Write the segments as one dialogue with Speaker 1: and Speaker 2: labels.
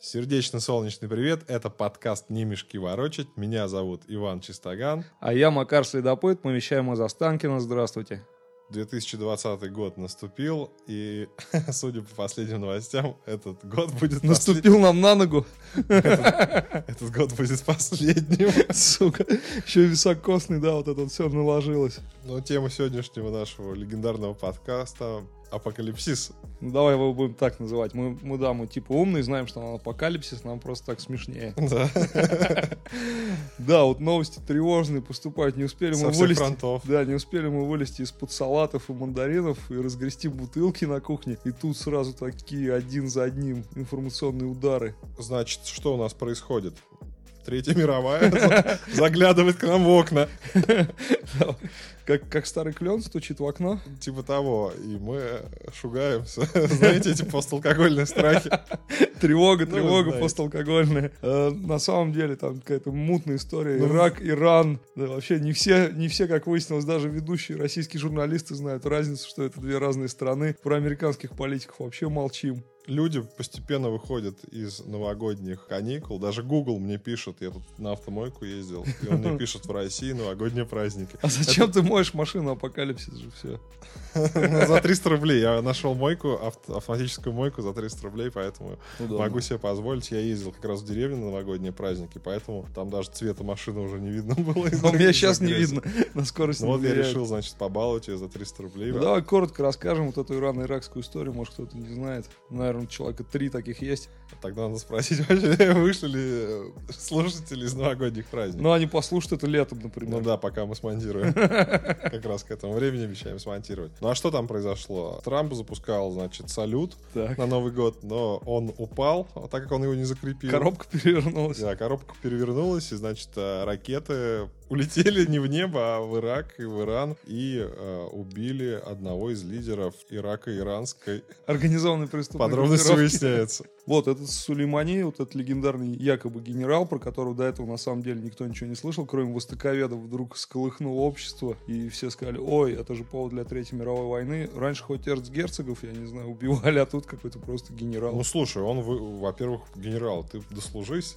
Speaker 1: Сердечно-солнечный привет. Это подкаст «Не мешки ворочать». Меня зовут Иван Чистоган.
Speaker 2: А я Макар Следопыт, мы вещаем из Останкина. Здравствуйте.
Speaker 1: 2020 год наступил, и, судя по последним новостям, этот год будет послед-
Speaker 2: Наступил нам на ногу,
Speaker 1: Этот год будет последним.
Speaker 2: сука. Еще и високосный, да, вот это все наложилось.
Speaker 1: Но тема сегодняшнего нашего легендарного подкаста — апокалипсис.
Speaker 2: Ну, давай его будем так называть. Мы, мы, да, мы типа умные, знаем, что нам апокалипсис, нам просто так смешнее.
Speaker 1: Да.
Speaker 2: Да, вот новости тревожные поступают. Не успели
Speaker 1: Со
Speaker 2: мы
Speaker 1: всех
Speaker 2: вылезти.
Speaker 1: фронтов.
Speaker 2: Да, не успели мы вылезти из-под салатов и мандаринов и разгрести бутылки на кухне. И тут сразу такие один за одним информационные удары.
Speaker 1: Значит, что у нас происходит? Третья мировая за- заглядывает к нам в окна.
Speaker 2: Да. Как, как старый клен стучит в окно.
Speaker 1: Типа того. И мы шугаемся. Знаете, эти посталкогольные страхи.
Speaker 2: Тревога,
Speaker 1: Ну,
Speaker 2: тревога
Speaker 1: знаете.
Speaker 2: посталкогольная. Э, на самом деле там какая-то мутная история.
Speaker 1: Ну,
Speaker 2: Ирак, Иран. Да, вообще не все, не все, как выяснилось, даже ведущие российские журналисты знают разницу, что это две разные страны. Про американских политиков вообще молчим.
Speaker 1: люди постепенно выходят из новогодних каникул. Даже Google мне пишет, я тут на автомойку ездил, и он мне пишет в России новогодние праздники.
Speaker 2: А зачем ты моешь машину апокалипсис же все?
Speaker 1: Ну, За 300 рублей. Я нашел мойку, авт- автоматическую мойку за 300 рублей, поэтому могу себе позволить. Я ездил как раз в деревню на новогодние праздники, поэтому там даже цвета машины уже не видно было. из-за-
Speaker 2: Но у меня
Speaker 1: из-за
Speaker 2: сейчас не
Speaker 1: грязи.
Speaker 2: видно. На скорости
Speaker 1: Ну
Speaker 2: не
Speaker 1: вот я
Speaker 2: влияет.
Speaker 1: решил, значит, побаловать ее за 300 рублей.
Speaker 2: Ну, давай коротко расскажем вот эту ирано-иракскую историю, может кто-то не знает. Наверное, человека три таких есть.
Speaker 1: Тогда надо спросить, вообще, вышли ли э, слушатели из новогодних праздников.
Speaker 2: Но они послушают это летом, например.
Speaker 1: Ну да, пока мы смонтируем. Как раз к этому времени обещаем смонтировать. Ну а что там произошло? Трамп запускал, значит, салют
Speaker 2: Так.
Speaker 1: на Новый год, но он упал, а так как он его не закрепил.
Speaker 2: Коробка перевернулась.
Speaker 1: Да, коробка перевернулась, и, значит, э, ракеты улетели не в небо, а в Ирак и в Иран, и э, убили одного из лидеров Ирака иранской.
Speaker 2: Организованный преступный
Speaker 1: Подробности
Speaker 2: группировки.
Speaker 1: выясняются.
Speaker 2: Вот этот Сулеймани, вот этот легендарный якобы генерал, про которого до этого на самом деле никто ничего не слышал, кроме востоковедов, вдруг сколыхнул общество, и все сказали, ой, это же повод для Третьей мировой войны. Раньше хоть эрцгерцогов, я не знаю, убивали, а тут какой-то просто
Speaker 1: Ну,
Speaker 2: генерал.
Speaker 1: слушай, он, вы- во-первых, генерал, ты дослужись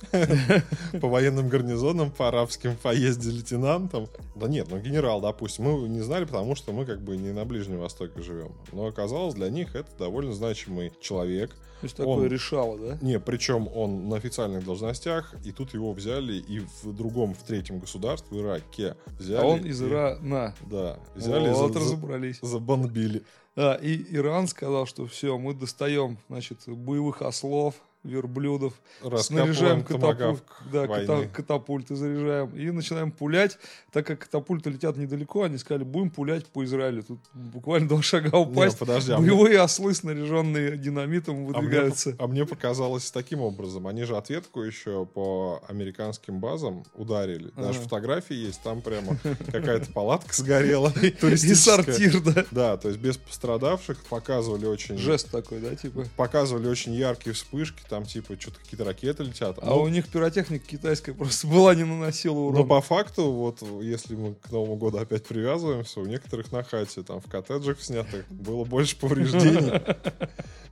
Speaker 1: по военным гарнизонам, по арабским поезде лейтенантам. Да нет, ну генерал, допустим, мы не знали, потому что мы как бы не на Ближнем Востоке живем. Но оказалось, для них это довольно значимый человек.
Speaker 2: То есть такое
Speaker 1: он-
Speaker 2: решало, да?
Speaker 1: Не, причем он на официальных должностях, и тут его взяли и в другом, в третьем государстве, в Ираке, взяли.
Speaker 2: А он из
Speaker 1: и-
Speaker 2: Ирана.
Speaker 1: Да, взяли и за-
Speaker 2: вот
Speaker 1: за-
Speaker 2: разобрались.
Speaker 1: забомбили.
Speaker 2: Да, и Иран сказал, что все, мы достаем, значит, боевых ослов, верблюдов,
Speaker 1: Раскапываем
Speaker 2: снаряжаем катапульт,
Speaker 1: томагавк
Speaker 2: да, ката-
Speaker 1: войны.
Speaker 2: катапульты заряжаем и начинаем пулять. Так как катапульты летят недалеко, они сказали, будем пулять по Израилю. Тут буквально два шага
Speaker 1: Не,
Speaker 2: упасть. Ну,
Speaker 1: подожди, а мне-
Speaker 2: Боевые ослы, снаряженные динамитом,
Speaker 1: А мне-
Speaker 2: выдвигаются.
Speaker 1: А мне, показалось таким образом. Они же ответку еще по американским базам ударили. Даже
Speaker 2: Ага.
Speaker 1: фотографии есть, там прямо какая-то палатка сгорела.
Speaker 2: И
Speaker 1: туристическая.
Speaker 2: сортир, да.
Speaker 1: Да, то есть без пострадавших показывали очень...
Speaker 2: Жест такой, да, типа.
Speaker 1: Показывали очень яркие вспышки, там типа что-то какие-то ракеты летят.
Speaker 2: А
Speaker 1: Ну,
Speaker 2: у них пиротехника китайская просто была, не наносила
Speaker 1: ну,
Speaker 2: урона.
Speaker 1: по факту, вот если мы к Новому году опять привязываемся, у некоторых на хате, там в коттеджах снятых, было больше повреждений,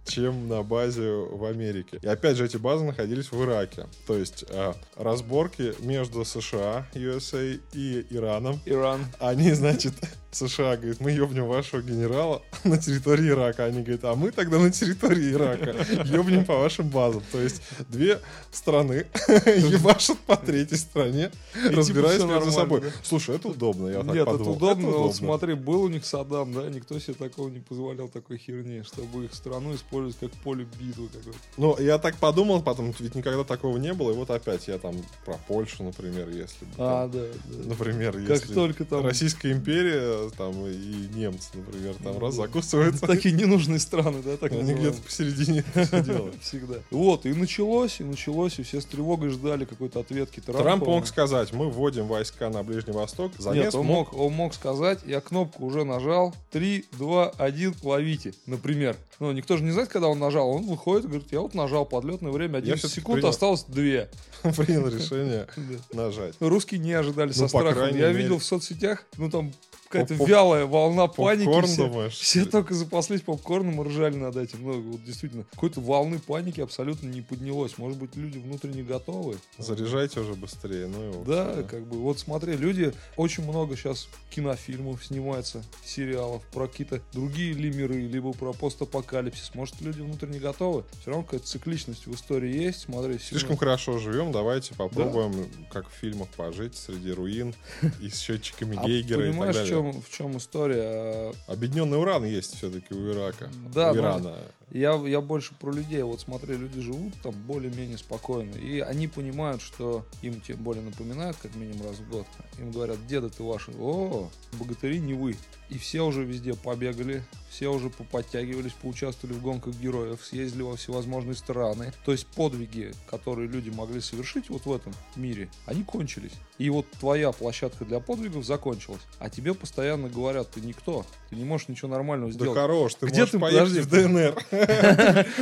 Speaker 1: чем на базе в Америке. И опять же, эти базы находились в Ираке. То есть э, разборки между США, USA и Ираном.
Speaker 2: Иран.
Speaker 1: Они, значит, США говорит, мы ёбнем вашего генерала на территории Ирака. Они говорят, а мы тогда на территории Ирака ёбнем по вашим базам. То есть две страны ебашат по третьей стране,
Speaker 2: типа
Speaker 1: разбираясь
Speaker 2: всё
Speaker 1: между
Speaker 2: нормально,
Speaker 1: собой.
Speaker 2: да?
Speaker 1: Слушай, это удобно, я так
Speaker 2: Нет, это
Speaker 1: подумал.
Speaker 2: удобно. но Вот смотри, был у них Саддам, да, никто себе такого не позволял, такой херни, чтобы их страну использовать как поле битвы какой-то.
Speaker 1: Ну, я так подумал потом, ведь никогда такого не было. И вот опять я там про Польшу, например, если бы...
Speaker 2: А,
Speaker 1: там,
Speaker 2: да, да.
Speaker 1: Например,
Speaker 2: Как
Speaker 1: если...
Speaker 2: только там
Speaker 1: Российская империя, там, и немцы, например, там раз
Speaker 2: Да.
Speaker 1: закусываются,
Speaker 2: такие ненужные страны, да, так
Speaker 1: они
Speaker 2: называемые.
Speaker 1: где-то посередине это всё делают.
Speaker 2: Всегда. Вот, и началось, и началось, и все с тревогой ждали какой-то ответки Трампа.
Speaker 1: Трамп мог сказать, мы вводим войска на Ближний Восток.
Speaker 2: Нет,
Speaker 1: Замес
Speaker 2: он
Speaker 1: мог-
Speaker 2: мог, он мог сказать, я кнопку уже нажал, 3, 2, 1, ловите, например. Но никто же не знает, когда он нажал, он выходит, говорит, я вот нажал подлетное время, 11
Speaker 1: всё-таки
Speaker 2: секунд,
Speaker 1: принял.
Speaker 2: осталось 2.
Speaker 1: принял решение нажать.
Speaker 2: Русские не ожидали
Speaker 1: Ну,
Speaker 2: со
Speaker 1: по
Speaker 2: страхом.
Speaker 1: крайней
Speaker 2: Я
Speaker 1: мере.
Speaker 2: видел в соцсетях, ну там какая-то
Speaker 1: Поп-поп-
Speaker 2: вялая волна паники.
Speaker 1: Попкорн,
Speaker 2: все-
Speaker 1: думаешь? типа,
Speaker 2: Все только запаслись попкорном и ржали над этим. Ну, вот действительно, какой-то волны паники абсолютно не поднялось. Может быть, люди внутренне готовы.
Speaker 1: Заряжайте уже быстрее. Ну, и вот,
Speaker 2: Да, как бы, вот смотри, люди, очень много сейчас кинофильмов снимается, сериалов про какие-то другие ли миры, либо про постапокалипсис. Может, люди внутренне готовы? Все равно какая-то цикличность в истории есть. Смотри, сегодня-
Speaker 1: Слишком хорошо живем, давайте попробуем, как в фильмах, пожить среди руин и с счетчиками
Speaker 2: А
Speaker 1: Гейгера и так
Speaker 2: понимаешь, в
Speaker 1: далее.
Speaker 2: чем, в чем история? А,
Speaker 1: Объединенный уран есть все-таки у Ирака.
Speaker 2: Да, ну,
Speaker 1: у
Speaker 2: но-
Speaker 1: Ирана.
Speaker 2: Я, я больше про людей. Вот смотри, люди живут там более-менее спокойно. И они понимают, что им тем более напоминают, как минимум раз в год. Им говорят, деда ты ваши. О, богатыри не вы. И все уже везде побегали, все уже поподтягивались, поучаствовали в гонках героев, съездили во всевозможные страны. То есть подвиги, которые люди могли совершить вот в этом мире, они кончились. И вот твоя площадка для подвигов закончилась. А тебе постоянно говорят, ты никто, ты не можешь ничего нормального
Speaker 1: Да
Speaker 2: сделать.
Speaker 1: хорош, ты
Speaker 2: Где
Speaker 1: можешь
Speaker 2: ты,
Speaker 1: поехать
Speaker 2: подожди.
Speaker 1: в ДНР.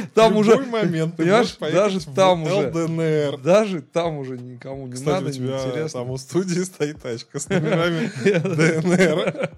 Speaker 2: Там
Speaker 1: В
Speaker 2: уже
Speaker 1: любой момент ты
Speaker 2: понимаешь,
Speaker 1: можешь поехать
Speaker 2: даже
Speaker 1: в
Speaker 2: там уже.
Speaker 1: ЛДНР.
Speaker 2: Даже там уже никому не
Speaker 1: Кстати,
Speaker 2: надо,
Speaker 1: у тебя
Speaker 2: неинтересно.
Speaker 1: там у студии стоит тачка с номерами ДНР.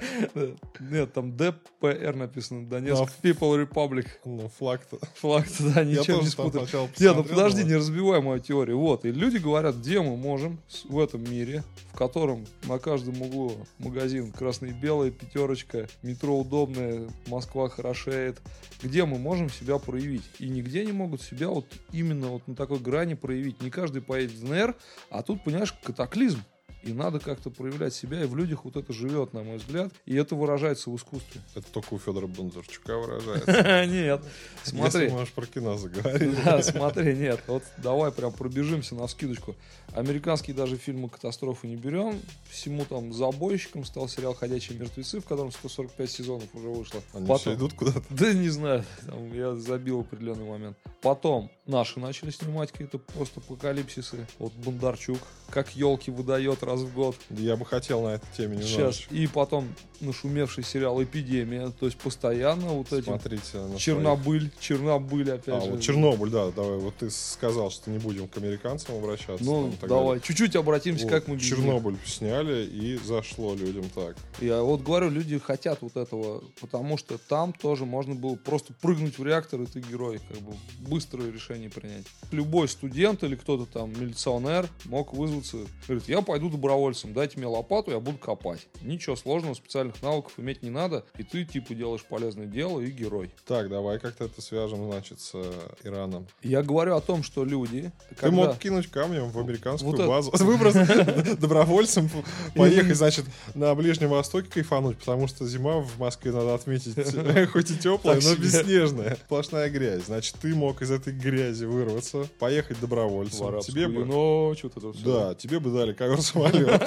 Speaker 2: Нет, там ДПР написано, Донецк
Speaker 1: Да.
Speaker 2: People Republic.
Speaker 1: Ну, флаг-то.
Speaker 2: Флаг туда
Speaker 1: Я
Speaker 2: ничем не
Speaker 1: тоже там
Speaker 2: спутаешь.
Speaker 1: сначала
Speaker 2: Не, ну
Speaker 1: посмотрел,
Speaker 2: подожди,
Speaker 1: думаю,
Speaker 2: не разбивай мою теорию. Вот, и люди говорят, где мы можем с- в этом мире, в котором на каждом углу магазин красный и белый, пятерочка, метро удобное, Москва хорошеет, где мы можем себя проявить. И нигде не могут себя вот именно вот на такой грани проявить. Не каждый поедет в НР, а тут, понимаешь, катаклизм. И надо как-то проявлять себя, и в людях вот это живет, на мой взгляд, и это выражается в искусстве.
Speaker 1: Это только у Федора Бондарчука выражается.
Speaker 2: Нет,
Speaker 1: Если
Speaker 2: смотри.
Speaker 1: можешь про кино заговорить.
Speaker 2: Да, смотри, нет, вот давай прям пробежимся на скидочку. Американские даже фильмы катастрофы не берем. Всему там забойщиком стал сериал «Ходячие мертвецы», в котором 145 сезонов уже вышло.
Speaker 1: Они
Speaker 2: Потом-
Speaker 1: все идут куда-то.
Speaker 2: Да не знаю, там я забил определенный момент. Потом наши начали снимать какие-то просто апокалипсисы. Вот Бондарчук, как елки выдает раз в год.
Speaker 1: Я бы хотел на этой теме
Speaker 2: Сейчас.
Speaker 1: немножечко.
Speaker 2: И потом нашумевший сериал «Эпидемия». То есть постоянно вот этим...
Speaker 1: Смотрите на своих.
Speaker 2: Чернобыль, Чернобыль опять
Speaker 1: А,
Speaker 2: же.
Speaker 1: вот Чернобыль, да, давай. Вот ты сказал, что не будем к американцам обращаться.
Speaker 2: Ну,
Speaker 1: там, и так
Speaker 2: давай, чуть-чуть
Speaker 1: далее.
Speaker 2: обратимся,
Speaker 1: Вот,
Speaker 2: как мы без них.
Speaker 1: Чернобыль сняли и зашло людям так.
Speaker 2: Я вот говорю, люди хотят вот этого, потому что там тоже можно было просто прыгнуть в реактор, и ты герой, как бы быстрое решение принять. Любой студент или кто-то там, милиционер, мог вызваться, говорит, я пойду добровольцем, дайте мне лопату, я буду копать. Ничего сложного, специальных навыков иметь не надо, и ты типа делаешь полезное дело и герой.
Speaker 1: Так, давай как-то это свяжем, значит, с э, Ираном.
Speaker 2: Я говорю о том, что люди,
Speaker 1: Ты
Speaker 2: когда-
Speaker 1: мог кинуть камнем в американскую
Speaker 2: Вот это-
Speaker 1: базу. Выброс добровольцем поехать, значит, на Ближнем Востоке кайфануть, потому что зима в Москве, надо отметить, э, хоть и теплая,
Speaker 2: Так
Speaker 1: но
Speaker 2: себе.
Speaker 1: бесснежная. Сплошная грязь. Значит, ты мог из этой грязи вырваться, поехать добровольцем.
Speaker 2: арабскую
Speaker 1: Тебе бы...
Speaker 2: ночь, вот это всё.
Speaker 1: Да, тебе бы дали ковер-самолет.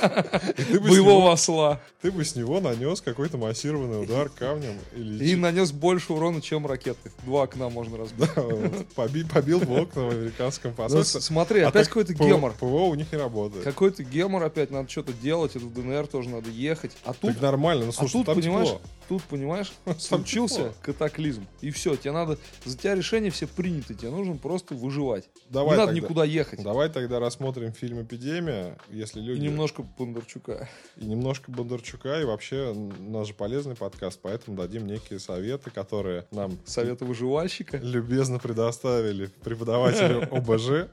Speaker 1: И ты бы с него-
Speaker 2: Боевого осла.
Speaker 1: Ты бы с него нанес какой-то массированный удар камнем или
Speaker 2: И нанес больше урона, чем ракеты. Два окна можно разбить.
Speaker 1: Да, вот, поби- побил в окна в американском
Speaker 2: Ну,
Speaker 1: посольстве.
Speaker 2: с- смотри,
Speaker 1: А
Speaker 2: опять
Speaker 1: так
Speaker 2: какой-то
Speaker 1: ПВО
Speaker 2: гемор.
Speaker 1: ПВО у них не работает.
Speaker 2: Какой-то гемор опять, надо что-то делать, это в ДНР тоже надо ехать. А тут,
Speaker 1: Так нормально, ну
Speaker 2: а
Speaker 1: слушай,
Speaker 2: тут,
Speaker 1: там
Speaker 2: понимаешь,
Speaker 1: тепло.
Speaker 2: тут, понимаешь, случился
Speaker 1: тепло.
Speaker 2: катаклизм. И все, тебе надо, за тебя решения все приняты, тебе нужно просто выживать.
Speaker 1: Давай
Speaker 2: Не надо
Speaker 1: тогда.
Speaker 2: никуда ехать.
Speaker 1: Давай тогда рассмотрим фильм «Эпидемия», если
Speaker 2: И
Speaker 1: люди...
Speaker 2: немножко Бондарчука.
Speaker 1: и немножко Бондарчука, и вообще м, у нас же полезный подкаст, поэтому дадим некие советы, которые нам
Speaker 2: Совета выживальщика.
Speaker 1: любезно предоставили преподаватели ОБЖ,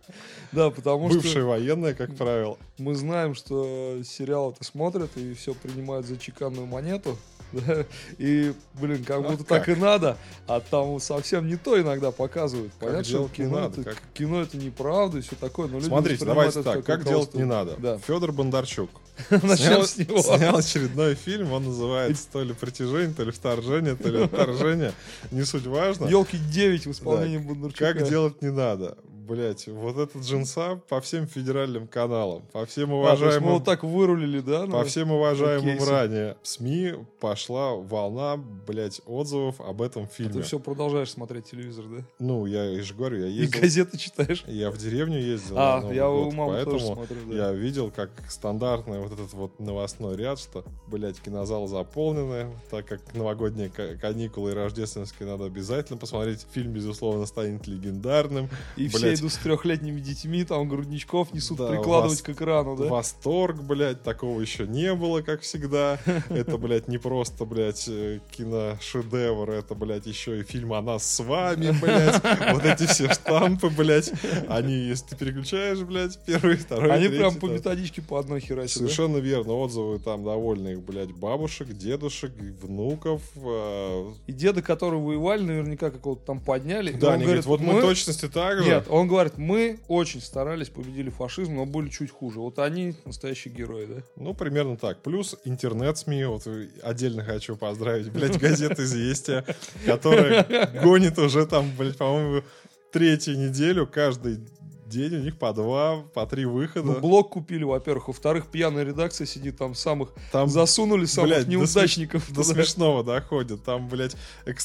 Speaker 2: Да, потому что...
Speaker 1: бывшие военные, как правило.
Speaker 2: Мы знаем, что сериалы-то смотрят и все принимают за чеканную монету. да, И, блин, как
Speaker 1: А
Speaker 2: будто
Speaker 1: как?
Speaker 2: так и надо, а там совсем не то иногда показывают. Понятно, что
Speaker 1: делать не
Speaker 2: кино,
Speaker 1: надо,
Speaker 2: это,
Speaker 1: как?
Speaker 2: кино это неправда, и все такое, но люди
Speaker 1: Смотрите,
Speaker 2: воспринимают
Speaker 1: давайте
Speaker 2: это
Speaker 1: так, как делать
Speaker 2: руководство.
Speaker 1: не надо.
Speaker 2: Да.
Speaker 1: Федор Бондарчук.
Speaker 2: Начнем
Speaker 1: Снял,
Speaker 2: с него.
Speaker 1: снял очередной фильм, он называется то ли «Притяжение», то ли «Вторжение», то ли «Отторжение». Не суть важно.
Speaker 2: Елки 9 в исполнении Бондарчука.
Speaker 1: Как делать не надо? Блять, вот этот джинса по всем федеральным каналам, по всем
Speaker 2: А, то есть
Speaker 1: уважаемым,
Speaker 2: мы вот так вырулили, да?
Speaker 1: по
Speaker 2: ну?
Speaker 1: всем уважаемым
Speaker 2: кейсы.
Speaker 1: ранее СМИ пошла волна, блять, отзывов об этом
Speaker 2: А
Speaker 1: фильме.
Speaker 2: Ты все продолжаешь смотреть телевизор, да?
Speaker 1: Ну, я и же говорю, я
Speaker 2: И
Speaker 1: ездил,
Speaker 2: газеты читаешь.
Speaker 1: я в деревню ездил. на
Speaker 2: А,
Speaker 1: Новый
Speaker 2: я у
Speaker 1: год,
Speaker 2: мамы
Speaker 1: ну поэтому
Speaker 2: тоже смотрю, да.
Speaker 1: я видел, как стандартный вот этот вот новостной ряд, что, блядь, кинозалы заполнены, так как новогодние ка- каникулы и рождественские надо обязательно посмотреть. Фильм, безусловно, станет легендарным.
Speaker 2: И
Speaker 1: Блядь,
Speaker 2: все я
Speaker 1: блядь,
Speaker 2: иду с трехлетними детьми, там грудничков несут
Speaker 1: Да,
Speaker 2: прикладывать
Speaker 1: вас-
Speaker 2: к экрану, да?
Speaker 1: восторг, блядь, такого еще не было, как всегда. Это, блядь, не просто, блядь, э, киношедевр, это, блядь, еще и фильм «О нас с вами», блядь. Вот эти все штампы, блядь, они, если ты переключаешь, блядь, первый, второй,
Speaker 2: Они
Speaker 1: третий,
Speaker 2: прям по
Speaker 1: там,
Speaker 2: методичке по одной херачат. да?
Speaker 1: Совершенно верно, отзывы там довольны их, блядь, бабушек, дедушек, внуков. э,
Speaker 2: И деда, которого воевали, наверняка какого-то там подняли. и
Speaker 1: Да,
Speaker 2: он
Speaker 1: они
Speaker 2: говорит,
Speaker 1: говорят, вот мы точности так же.
Speaker 2: Ну, Нет, он говорит, мы очень старались, победили фашизм, но были чуть хуже. Вот они настоящие герои, да?
Speaker 1: Ну, примерно так. Плюс интернет-СМИ, вот э, отдельно хочу поздравить, блядь, газеты «Известия», которая гонит уже там, блядь, по-моему, третью неделю, каждый день у них по два, по три
Speaker 2: Ну,
Speaker 1: выхода.
Speaker 2: блок купили, во-первых. Во-вторых, пьяная редакция сидит там самых...
Speaker 1: Там
Speaker 2: засунули самых
Speaker 1: блядь, да
Speaker 2: неудачников.
Speaker 1: до
Speaker 2: туда.
Speaker 1: смешного доходит. Там, блядь,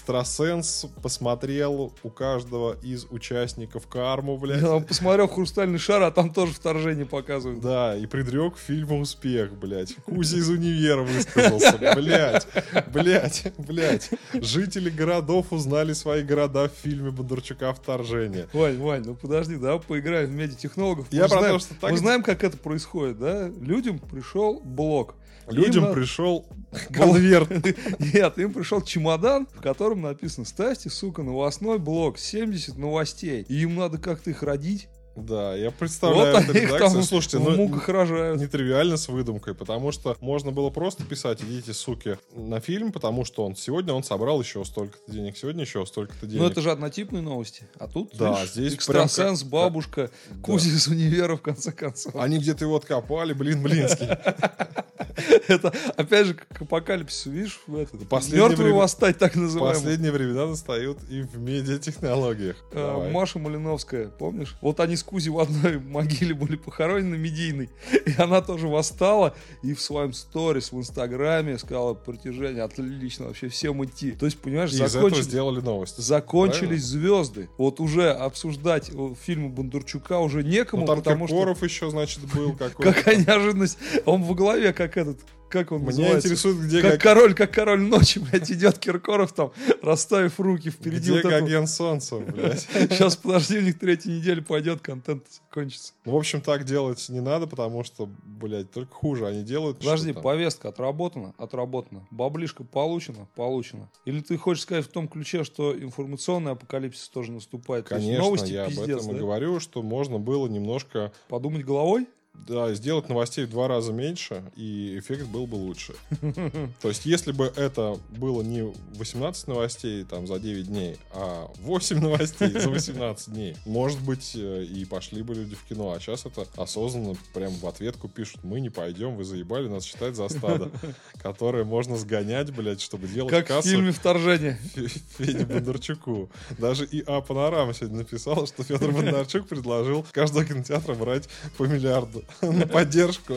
Speaker 1: экстрасенс посмотрел у каждого из участников карму, блядь.
Speaker 2: Я там посмотрел в хрустальный шар, а там тоже вторжение показывают.
Speaker 1: Да, и предрек фильма успех, блядь. Кузя из универа высказался, блядь, блядь, блядь. Жители городов узнали свои города в фильме Бондарчука «Вторжение».
Speaker 2: Вань, Вань, ну подожди, да, поиграем в медиатехнологов.
Speaker 1: Я
Speaker 2: Мы
Speaker 1: про то,
Speaker 2: знаем-
Speaker 1: что так-
Speaker 2: Мы знаем, как это происходит, да? Людям пришел блок.
Speaker 1: Людям
Speaker 2: Им на-
Speaker 1: пришел конверт.
Speaker 2: Нет, им пришел чемодан, в котором написано «Ставьте, сука, новостной блок, 70 новостей». И им надо как-то их родить.
Speaker 1: Да, я представляю
Speaker 2: Вот
Speaker 1: эту
Speaker 2: они их там
Speaker 1: редакцию. Слушайте,
Speaker 2: в
Speaker 1: ну,
Speaker 2: муках рожают.
Speaker 1: нетривиально с выдумкой, потому что можно было просто писать «Идите, суки, на фильм», потому что он сегодня он собрал еще столько-то денег, сегодня еще столько-то денег.
Speaker 2: Ну это же однотипные новости. А тут,
Speaker 1: Да,
Speaker 2: видишь,
Speaker 1: здесь прям
Speaker 2: экстрасенс,
Speaker 1: как-
Speaker 2: бабушка,
Speaker 1: Да.
Speaker 2: Кузя из универа, в конце концов.
Speaker 1: Они где-то его откопали, блин, блинский.
Speaker 2: Это, опять же, как к апокалипсису, видишь, в этот,
Speaker 1: Последнее
Speaker 2: мертвые
Speaker 1: время-
Speaker 2: восстать, так называемый.
Speaker 1: Последние времена настают и в медиатехнологиях.
Speaker 2: А,
Speaker 1: Давай.
Speaker 2: Э, Маша Малиновская, помнишь? Вот они с Кузи в одной могиле были похоронены медийной. И она тоже восстала и в своем сторис в Инстаграме сказала протяжение отлично, вообще всем идти. То есть, понимаешь,
Speaker 1: И из этого
Speaker 2: закончили-
Speaker 1: сделали новости.
Speaker 2: закончились звезды. Вот уже обсуждать э, фильмы Бондарчука уже некому,
Speaker 1: Ну, там
Speaker 2: потому что...
Speaker 1: Киркоров еще, значит, был какой-то.
Speaker 2: Какая неожиданность. Он во главе, как этот... Как он
Speaker 1: Меня
Speaker 2: называется?
Speaker 1: интересует, где
Speaker 2: Как
Speaker 1: как-
Speaker 2: король, как король ночи, блядь, идет Киркоров там, расставив руки впереди.
Speaker 1: где
Speaker 2: Вот это
Speaker 1: Гоген Солнца, блядь.
Speaker 2: Сейчас, подожди, у них третья неделя пойдет, контент кончится.
Speaker 1: Ну, в общем, так делать не надо, потому что, блядь, только хуже они делают.
Speaker 2: Подожди,
Speaker 1: что там.
Speaker 2: повестка отработана? Отработана. Баблишка получена? Получена. Или ты хочешь сказать в том ключе, что информационный апокалипсис тоже наступает? То есть
Speaker 1: Конечно,
Speaker 2: новости
Speaker 1: я об
Speaker 2: пиздец,
Speaker 1: этом и
Speaker 2: да?
Speaker 1: говорю, что можно было немножко,
Speaker 2: Подумать головой?
Speaker 1: да, сделать новостей в два раза меньше, и эффект был бы лучше. То есть, если бы это было не 18 новостей там за 9 дней, а 8 новостей за 18 дней, может быть, э, и пошли бы люди в кино. А сейчас это осознанно прям в ответку пишут, мы не пойдем, вы заебали нас считать за стадо, которое можно сгонять, блядь, чтобы делать
Speaker 2: Как в
Speaker 1: кассу
Speaker 2: фильме «Вторжение».
Speaker 1: Фе- Феде Бондарчуку. Даже и А. Панорама сегодня написала, что Федор Бондарчук предложил каждого кинотеатра брать по миллиарду на поддержку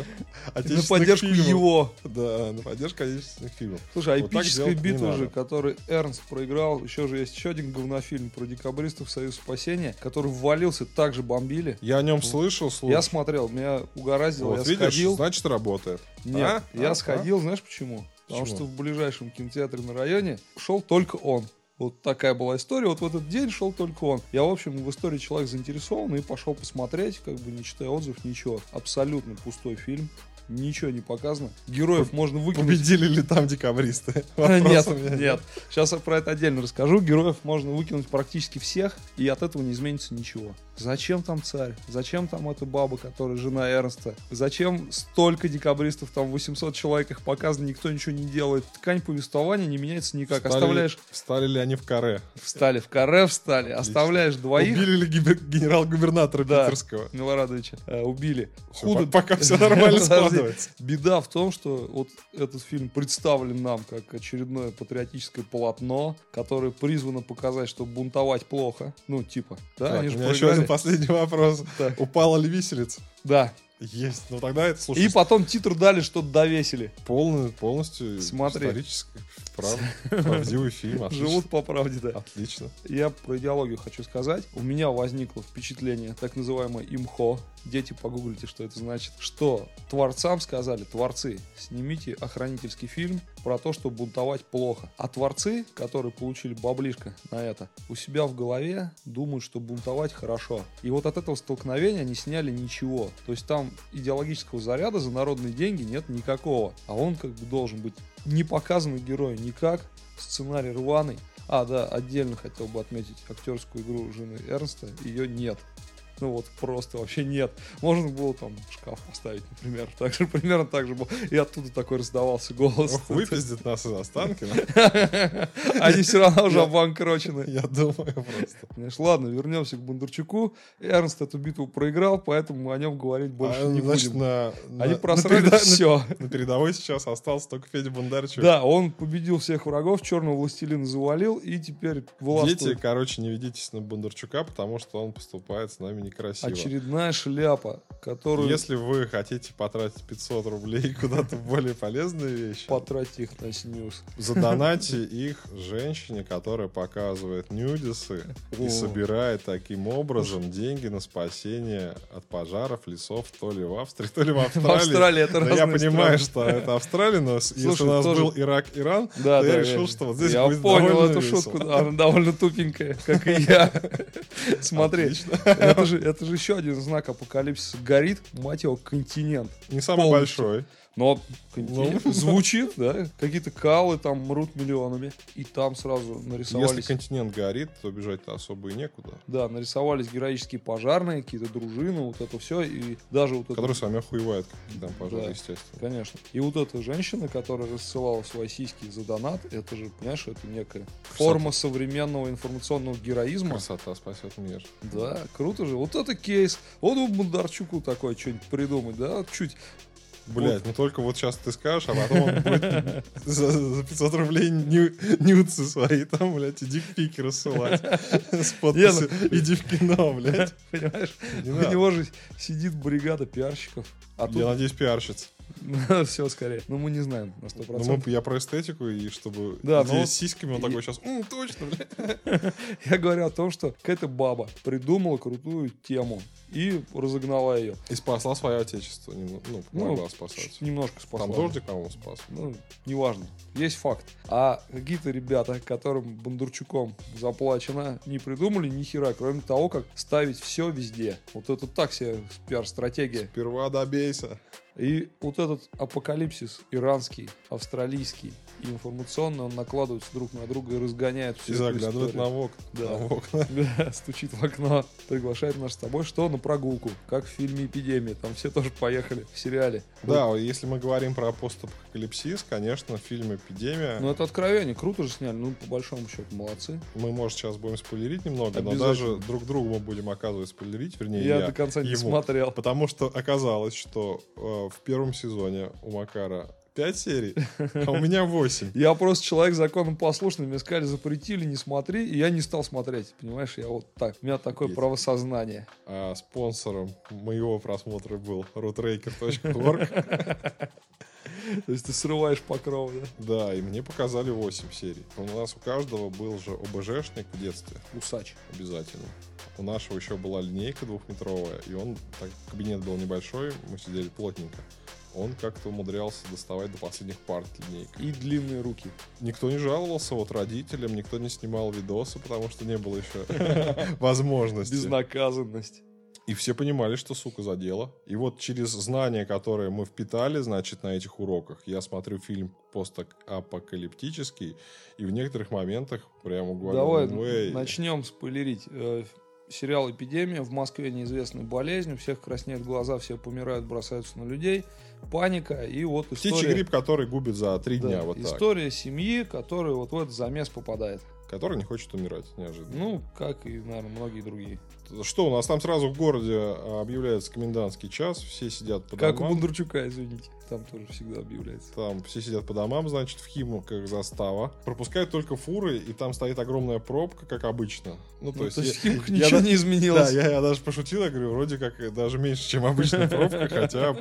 Speaker 2: На
Speaker 1: отечественных
Speaker 2: поддержку
Speaker 1: фильмов.
Speaker 2: его.
Speaker 1: Да, на поддержку отечественных фильмов.
Speaker 2: Слушай, а
Speaker 1: Вот так
Speaker 2: эпическая
Speaker 1: делать не
Speaker 2: битва
Speaker 1: надо.
Speaker 2: же, который Эрнст проиграл, еще же есть еще один говнофильм про декабристов «Союз спасения», который ввалился, также бомбили.
Speaker 1: Я о нем слышал, слушай.
Speaker 2: Ну, Я смотрел, меня угораздило,
Speaker 1: Вот
Speaker 2: я
Speaker 1: видишь,
Speaker 2: сходил.
Speaker 1: значит работает.
Speaker 2: Нет,
Speaker 1: А?
Speaker 2: я
Speaker 1: А?
Speaker 2: сходил, знаешь почему? Потому
Speaker 1: Почему?
Speaker 2: что в ближайшем кинотеатре на районе шел только он. Вот такая была история. Вот в этот день шел только он. Я, в общем, в истории человек заинтересован и пошел посмотреть, как бы не читая отзыв, ничего. Абсолютно пустой фильм. Ничего не показано. Героев можно выкинуть.
Speaker 1: Победили ли там декабристы?
Speaker 2: А, Нет,
Speaker 1: Вопрос у меня
Speaker 2: нет. Сейчас я про это отдельно расскажу. Героев можно выкинуть практически всех, и от этого не изменится ничего. Зачем там царь? Зачем там эта баба, которая жена Эрнста? Зачем столько декабристов, там 800 человек их показано, никто ничего не делает? Ткань повествования не меняется никак.
Speaker 1: Встали-
Speaker 2: Оставляешь...
Speaker 1: Встали ли они в каре?
Speaker 2: Встали в каре, встали. Оставляешь двоих...
Speaker 1: Убили ли гибер- генерал-губернатора
Speaker 2: Да.
Speaker 1: Питерского?
Speaker 2: Милорадовича э, убили.
Speaker 1: Всё, по- пока все нормально
Speaker 2: Подожди.
Speaker 1: складывается.
Speaker 2: Беда в том, что вот этот фильм представлен нам как очередное патриотическое полотно, которое призвано показать, что бунтовать плохо. Ну, типа, да,
Speaker 1: Так,
Speaker 2: они
Speaker 1: у
Speaker 2: же
Speaker 1: меня еще
Speaker 2: проиграли.
Speaker 1: один последний вопрос.
Speaker 2: Так.
Speaker 1: Упала ли виселица?
Speaker 2: Да.
Speaker 1: Есть. Ну тогда это, слушай,
Speaker 2: И потом титр дали, что-то довесили.
Speaker 1: полный, полностью
Speaker 2: Смотри.
Speaker 1: исторический, прав- правдивый фильм. Отлично.
Speaker 2: Живут по правде, да.
Speaker 1: Отлично.
Speaker 2: Я про идеологию хочу сказать. У меня возникло впечатление, так называемое имхо. Дети, погуглите, что это значит. Что творцам сказали, творцы, снимите охранительский фильм про то, что бунтовать плохо. А творцы, которые получили баблишко на это, у себя в голове думают, что бунтовать хорошо. И вот от этого столкновения не сняли ничего. То есть там идеологического заряда за народные деньги нет никакого. А он как бы должен быть не показанный герой никак, сценарий рваный. А, да, отдельно хотел бы отметить актерскую игру жены Эрнста. Ее нет. Ну вот, просто вообще нет. Можно было там шкаф поставить, например. Так же, примерно так же было. И оттуда такой раздавался голос.
Speaker 1: Ох, выпиздит нас из Останкина.
Speaker 2: Они все равно уже обанкрочены.
Speaker 1: Я думаю просто.
Speaker 2: Знаешь, ладно, вернемся к Бондарчуку. Эрнст эту битву проиграл, поэтому о нем говорить больше
Speaker 1: А,
Speaker 2: не
Speaker 1: значит,
Speaker 2: будем.
Speaker 1: на, на-
Speaker 2: Они
Speaker 1: на
Speaker 2: просрали
Speaker 1: переда-
Speaker 2: все.
Speaker 1: на передовой сейчас остался только Федя Бондарчук.
Speaker 2: Да, он победил всех врагов, черного властелина завалил, и теперь
Speaker 1: Дети,
Speaker 2: властвует
Speaker 1: короче, не ведитесь на Бондарчука, потому что он поступает с нами
Speaker 2: А
Speaker 1: некрасиво.
Speaker 2: очередная шляпа, которую
Speaker 1: Если вы хотите потратить 500 рублей куда-то в более полезные вещи,
Speaker 2: потратить их на снюс.
Speaker 1: задонайте их женщине, которая показывает нюдисы
Speaker 2: О.
Speaker 1: и собирает таким образом деньги на спасение от пожаров лесов то ли в Австрии, то ли в
Speaker 2: В
Speaker 1: Австралии.
Speaker 2: Австралии это
Speaker 1: Но я
Speaker 2: разные
Speaker 1: понимаю,
Speaker 2: страны.
Speaker 1: что это Австралия, но с- если
Speaker 2: Слушай,
Speaker 1: у нас
Speaker 2: тоже-
Speaker 1: был Ирак-Иран,
Speaker 2: Да,
Speaker 1: то
Speaker 2: да,
Speaker 1: я решил,
Speaker 2: верно.
Speaker 1: что вот здесь
Speaker 2: Я
Speaker 1: будет
Speaker 2: понял
Speaker 1: довольно
Speaker 2: эту
Speaker 1: весело.
Speaker 2: шутку, да, она довольно тупенькая, как и я. Смотри,
Speaker 1: Отлично.
Speaker 2: это же, это же еще один знак апокалипсиса. Горит, мать его, континент.
Speaker 1: Не самый
Speaker 2: полностью.
Speaker 1: большой.
Speaker 2: Но континент
Speaker 1: Ну.
Speaker 2: звучит, да? Какие-то калы там мрут миллионами. И там сразу
Speaker 1: Если
Speaker 2: нарисовались...
Speaker 1: континент горит, то бежать-то особо и некуда.
Speaker 2: Да, нарисовались героические пожарные, какие-то дружины, вот это все. И даже вот это...
Speaker 1: Которые сами охуевают, какие там пожары,
Speaker 2: Да.
Speaker 1: естественно.
Speaker 2: Конечно. И вот эта женщина, которая рассылала свои сиськи за донат, это же, понимаешь, это некая форма современного информационного героизма.
Speaker 1: Красота спасет мир.
Speaker 2: Да, круто же. Вот это кейс. Вот у Бондарчуку такое что-нибудь придумать, да? Вот Чуть.
Speaker 1: Блять, ну только вот сейчас ты скажешь, а потом он будет за, за 500 рублей ню- нюцы свои там, блядь, и дикпики рассылать с подписью
Speaker 2: ну,
Speaker 1: «Иди в кино», блядь.
Speaker 2: Понимаешь?
Speaker 1: Не
Speaker 2: у
Speaker 1: надо.
Speaker 2: него же сидит бригада пиарщиков. А
Speaker 1: Я
Speaker 2: тут
Speaker 1: надеюсь, пиарщица.
Speaker 2: все скорее. Ну, мы не знаем на
Speaker 1: Ну,
Speaker 2: 100%.
Speaker 1: мы- я про эстетику, и чтобы
Speaker 2: Да,
Speaker 1: идея
Speaker 2: но-
Speaker 1: с сиськами, он
Speaker 2: и-
Speaker 1: такой сейчас, «М, точно, блядь.
Speaker 2: Я говорю о том, что какая-то баба придумала крутую тему и разогнала ее.
Speaker 1: И спасла свое отечество, немного, ну, помогла спасать.
Speaker 2: Чуть Немножко спасла.
Speaker 1: Там дождик, по-моему, спас.
Speaker 2: Ну, неважно. Есть факт. А какие-то ребята, которым Бондарчуком заплачено, не придумали ни хера, кроме того, как ставить все везде. Вот это так себе пиар-стратегия.
Speaker 1: Сперва добейся.
Speaker 2: И вот этот апокалипсис иранский, австралийский и информационный, он накладывается друг на друга и разгоняет всю
Speaker 1: И
Speaker 2: эту
Speaker 1: заглядывает
Speaker 2: историю.
Speaker 1: нам в ок-
Speaker 2: Да.
Speaker 1: нам в окна.
Speaker 2: Да, стучит в окно, приглашает нас с тобой, что на прогулку, как в фильме «Эпидемия», там все тоже поехали в сериале.
Speaker 1: Да, если мы говорим про постапокалипсис, конечно, фильм «Эпидемия».
Speaker 2: Ну это откровение, круто же сняли, ну по большому счету молодцы.
Speaker 1: Мы, может, сейчас будем спойлерить немного, но
Speaker 2: Обязательно.
Speaker 1: даже друг другу мы будем, оказывать спойлерить, вернее,
Speaker 2: Я,
Speaker 1: я.
Speaker 2: до конца не
Speaker 1: ему.
Speaker 2: смотрел.
Speaker 1: Потому что оказалось, что э, в первом сезоне у Макара 5 серий, а у меня 8.
Speaker 2: Я просто человек законом послушный, мне сказали, запретили, не смотри, и я не стал смотреть, понимаешь, я вот так, у меня такое
Speaker 1: Есть.
Speaker 2: правосознание.
Speaker 1: А спонсором моего просмотра был rootraker.org.
Speaker 2: То есть ты срываешь покров, да?
Speaker 1: Да, и мне показали 8 серий. У нас у каждого был же ОБЖшник в детстве.
Speaker 2: Усач.
Speaker 1: Обязательно. У нашего еще была линейка двухметровая, и он, так как кабинет был небольшой, мы сидели плотненько. Он как-то умудрялся доставать до последних парт линейка.
Speaker 2: И длинные руки.
Speaker 1: Никто не жаловался вот родителям, никто не снимал видосы, потому что не было еще возможности.
Speaker 2: Безнаказанность.
Speaker 1: И все понимали, что, сука, задело. И вот через знания, которые мы впитали, значит, на этих уроках, я смотрю фильм постапокалиптический, и в некоторых моментах прямо говорю,
Speaker 2: Давай
Speaker 1: «Ну, эй,
Speaker 2: начнем спойлерить. Э, Сериал «Эпидемия». В Москве неизвестная болезнь. У всех краснеют глаза, все помирают, бросаются на людей. Паника. И вот история...
Speaker 1: Птичий грипп, который губит за три
Speaker 2: Да,
Speaker 1: дня, вот так.
Speaker 2: история семьи, которая вот в этот замес попадает.
Speaker 1: который не хочет умирать неожиданно.
Speaker 2: Ну, как и, наверное, многие другие.
Speaker 1: Ну, что у нас там сразу в городе а, объявляется комендантский час, все сидят по
Speaker 2: Как у
Speaker 1: домам.
Speaker 2: Бондарчука, извините. Там тоже всегда объявляется.
Speaker 1: Там все сидят по домам, значит, в Химках застава. Пропускают только фуры, и там стоит огромная пробка, как обычно. Ну, то
Speaker 2: Ну,
Speaker 1: есть...
Speaker 2: то есть в
Speaker 1: я-
Speaker 2: Химках
Speaker 1: я
Speaker 2: ничего
Speaker 1: да-
Speaker 2: не
Speaker 1: Да,
Speaker 2: изменилось.
Speaker 1: я, я даже пошутил, я говорю, вроде как э, даже меньше, чем обычная пробка, хотя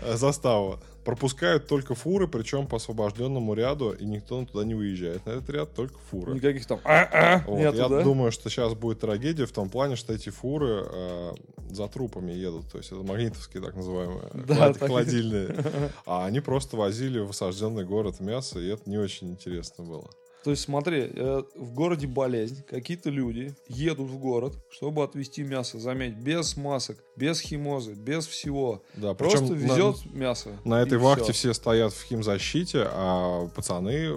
Speaker 1: э, застава. Пропускают только фуры, причем по освобожденному ряду, и никто туда не выезжает. На этот ряд только фуры.
Speaker 2: Никаких там «а-а»
Speaker 1: Вот,
Speaker 2: А, нету,
Speaker 1: я
Speaker 2: да?
Speaker 1: думаю, что сейчас будет трагедия в том плане, что эти фуры э, за трупами едут. То есть это магнитовские так называемые
Speaker 2: Да,
Speaker 1: клад-
Speaker 2: так.
Speaker 1: холодильные. А они просто возили в осажденный город мясо, и это не очень интересно было.
Speaker 2: То есть, смотри, э, в городе болезнь, какие-то люди едут в город, чтобы отвезти мясо, заметь, без масок, без химозы, без всего.
Speaker 1: Да,
Speaker 2: Просто
Speaker 1: причем на-
Speaker 2: везет мясо.
Speaker 1: На
Speaker 2: и
Speaker 1: этой вахте
Speaker 2: всё.
Speaker 1: все стоят в химзащите, а пацаны,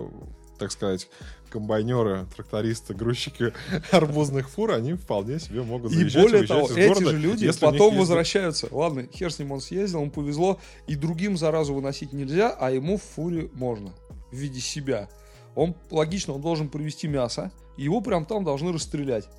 Speaker 1: так сказать, комбайнеры, трактористы, грузчики арбузных фур, они вполне себе могут
Speaker 2: И
Speaker 1: заезжать
Speaker 2: более
Speaker 1: выезжать
Speaker 2: того,
Speaker 1: из
Speaker 2: эти
Speaker 1: города,
Speaker 2: же люди
Speaker 1: если у них
Speaker 2: потом
Speaker 1: есть-
Speaker 2: возвращаются. Ладно, хер с ним он съездил, ему повезло, и другим заразу выносить нельзя, а ему в фуре можно в виде себя. Он логично, он должен привезти мясо, и его прям там должны расстрелять,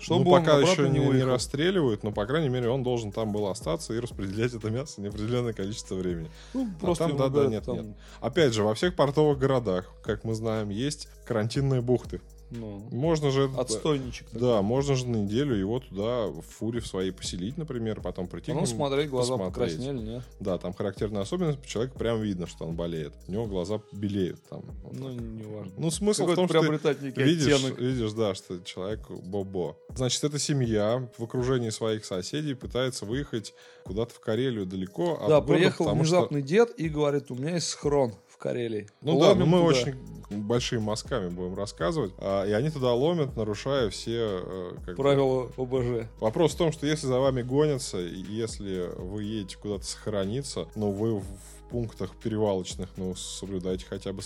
Speaker 2: чтобы
Speaker 1: ну,
Speaker 2: он
Speaker 1: пока
Speaker 2: обратно
Speaker 1: еще не,
Speaker 2: не
Speaker 1: не
Speaker 2: выехал.
Speaker 1: расстреливают, но, по крайней мере, он должен там был остаться и распределять это мясо неопределенное количество времени.
Speaker 2: Ну, просто
Speaker 1: А там,
Speaker 2: ему
Speaker 1: да, да,
Speaker 2: говорят,
Speaker 1: нет,
Speaker 2: там,
Speaker 1: Опять же, во всех портовых городах, как мы знаем, есть карантинные бухты.
Speaker 2: ну,
Speaker 1: Можно же...
Speaker 2: отстойничек. такой.
Speaker 1: Да, можно же на неделю его туда в фуре в своей поселить, например, потом прийти.
Speaker 2: А ну,
Speaker 1: к нему.
Speaker 2: смотреть, глаза
Speaker 1: посмотреть.
Speaker 2: покраснели, не?
Speaker 1: Да, там характерная особенность, человек прям видно, что он болеет. У него глаза белеют там. Вот
Speaker 2: Ну,
Speaker 1: так.
Speaker 2: не важно.
Speaker 1: Ну, смысл в
Speaker 2: Какой-то
Speaker 1: том, что ты
Speaker 2: приобретать некий
Speaker 1: видишь, э,
Speaker 2: оттенок.
Speaker 1: видишь, да, что человек бобо. Значит, эта семья в окружении своих соседей пытается выехать куда-то в Карелию далеко. от
Speaker 2: Да,
Speaker 1: города,
Speaker 2: приехал
Speaker 1: потому что-
Speaker 2: внезапный дед и говорит, у меня есть схрон в Карелии.
Speaker 1: Ну да, но
Speaker 2: Ломим
Speaker 1: мы
Speaker 2: туда».
Speaker 1: очень большими мазками будем рассказывать. А, и они туда ломят, нарушая все... э, как бы,
Speaker 2: Правила ОБЖ.
Speaker 1: Вопрос в том, что если за вами гонятся, и если вы едете куда-то сохраниться, но вы в пунктах перевалочных, ну, соблюдайте хотя бы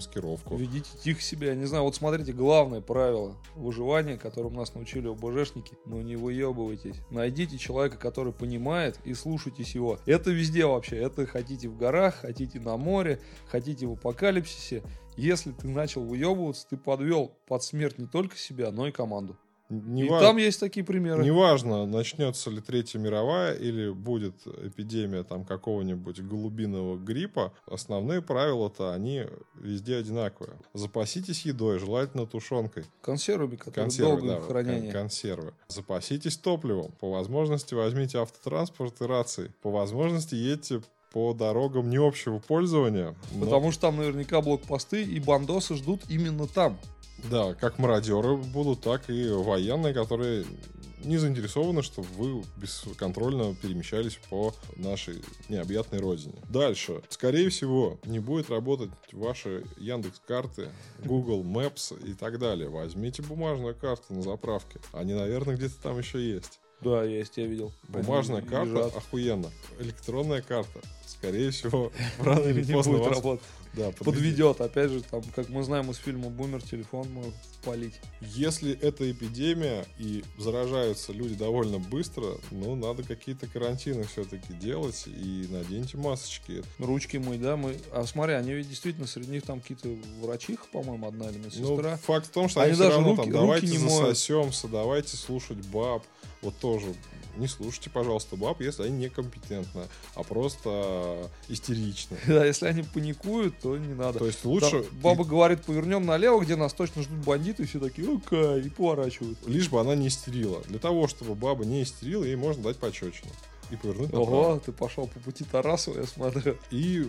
Speaker 1: светомаскировку.
Speaker 2: Ведите тихо себя. Я не знаю, вот смотрите, главное правило выживания, которым нас научили ОБЖшники, ну не выебывайтесь. Найдите человека, который понимает, и слушайтесь его. Это везде вообще. Это хотите в горах, хотите на море, хотите в апокалипсисе. Если ты начал выебываться, ты подвел под смерть не только себя, но и команду.
Speaker 1: Не
Speaker 2: и
Speaker 1: ва-
Speaker 2: там есть такие примеры.
Speaker 1: Неважно, начнется ли Третья мировая или будет эпидемия там какого-нибудь голубиного гриппа, основные правила-то они везде одинаковые. Запаситесь едой, желательно тушенкой.
Speaker 2: Консервами, которые
Speaker 1: Консервы,
Speaker 2: долго
Speaker 1: да,
Speaker 2: в
Speaker 1: кон-
Speaker 2: хранении.
Speaker 1: консервы. Запаситесь топливом. По возможности возьмите автотранспорт и рации. По возможности едьте по дорогам не общего пользования. но-
Speaker 2: Потому что там наверняка блокпосты и бандосы ждут именно там.
Speaker 1: Да, как мародеры будут, так и военные, которые не заинтересованы, чтобы вы бесконтрольно перемещались по нашей необъятной родине. Дальше. Скорее всего, не будет работать ваши Яндекс-карты, Google Maps и так далее. Возьмите бумажную карту на заправке. Они, наверное, где-то там еще есть.
Speaker 2: Да, есть, я видел.
Speaker 1: Бумажная
Speaker 2: Они
Speaker 1: карта
Speaker 2: лежат.
Speaker 1: охуенно. Электронная карта, скорее всего, рано или
Speaker 2: Не
Speaker 1: поздно
Speaker 2: будет
Speaker 1: вас
Speaker 2: работать.
Speaker 1: да, подведет.
Speaker 2: подведет. Опять же, там, как мы знаем из фильма Бумер, телефон может палить.
Speaker 1: Если это эпидемия и заражаются люди довольно быстро, ну, надо какие-то карантины все-таки делать и наденьте масочки.
Speaker 2: Ручки мы, да, мы. А смотри, они ведь действительно среди них там какие-то врачиха, по-моему, одна или
Speaker 1: Ну,
Speaker 2: медсестра.
Speaker 1: факт в том, что они,
Speaker 2: Они
Speaker 1: все
Speaker 2: даже
Speaker 1: равно
Speaker 2: руки-
Speaker 1: там,
Speaker 2: руки
Speaker 1: давайте
Speaker 2: не моют.
Speaker 1: засосемся, давайте слушать баб. Вот тоже не слушайте, пожалуйста, баб, если они некомпетентны, а просто истеричны.
Speaker 2: Да, если они паникуют, то не надо.
Speaker 1: То есть лучше...
Speaker 2: Там баба говорит, повернем налево, где нас точно ждут бандиты, и все такие, окей, и поворачивают.
Speaker 1: лишь бы она не истерила. Для того, чтобы баба не истерила, ей можно дать пощечину. И повернуть направо.
Speaker 2: Ого, ты пошел по пути Тарасова, я смотрю.
Speaker 1: И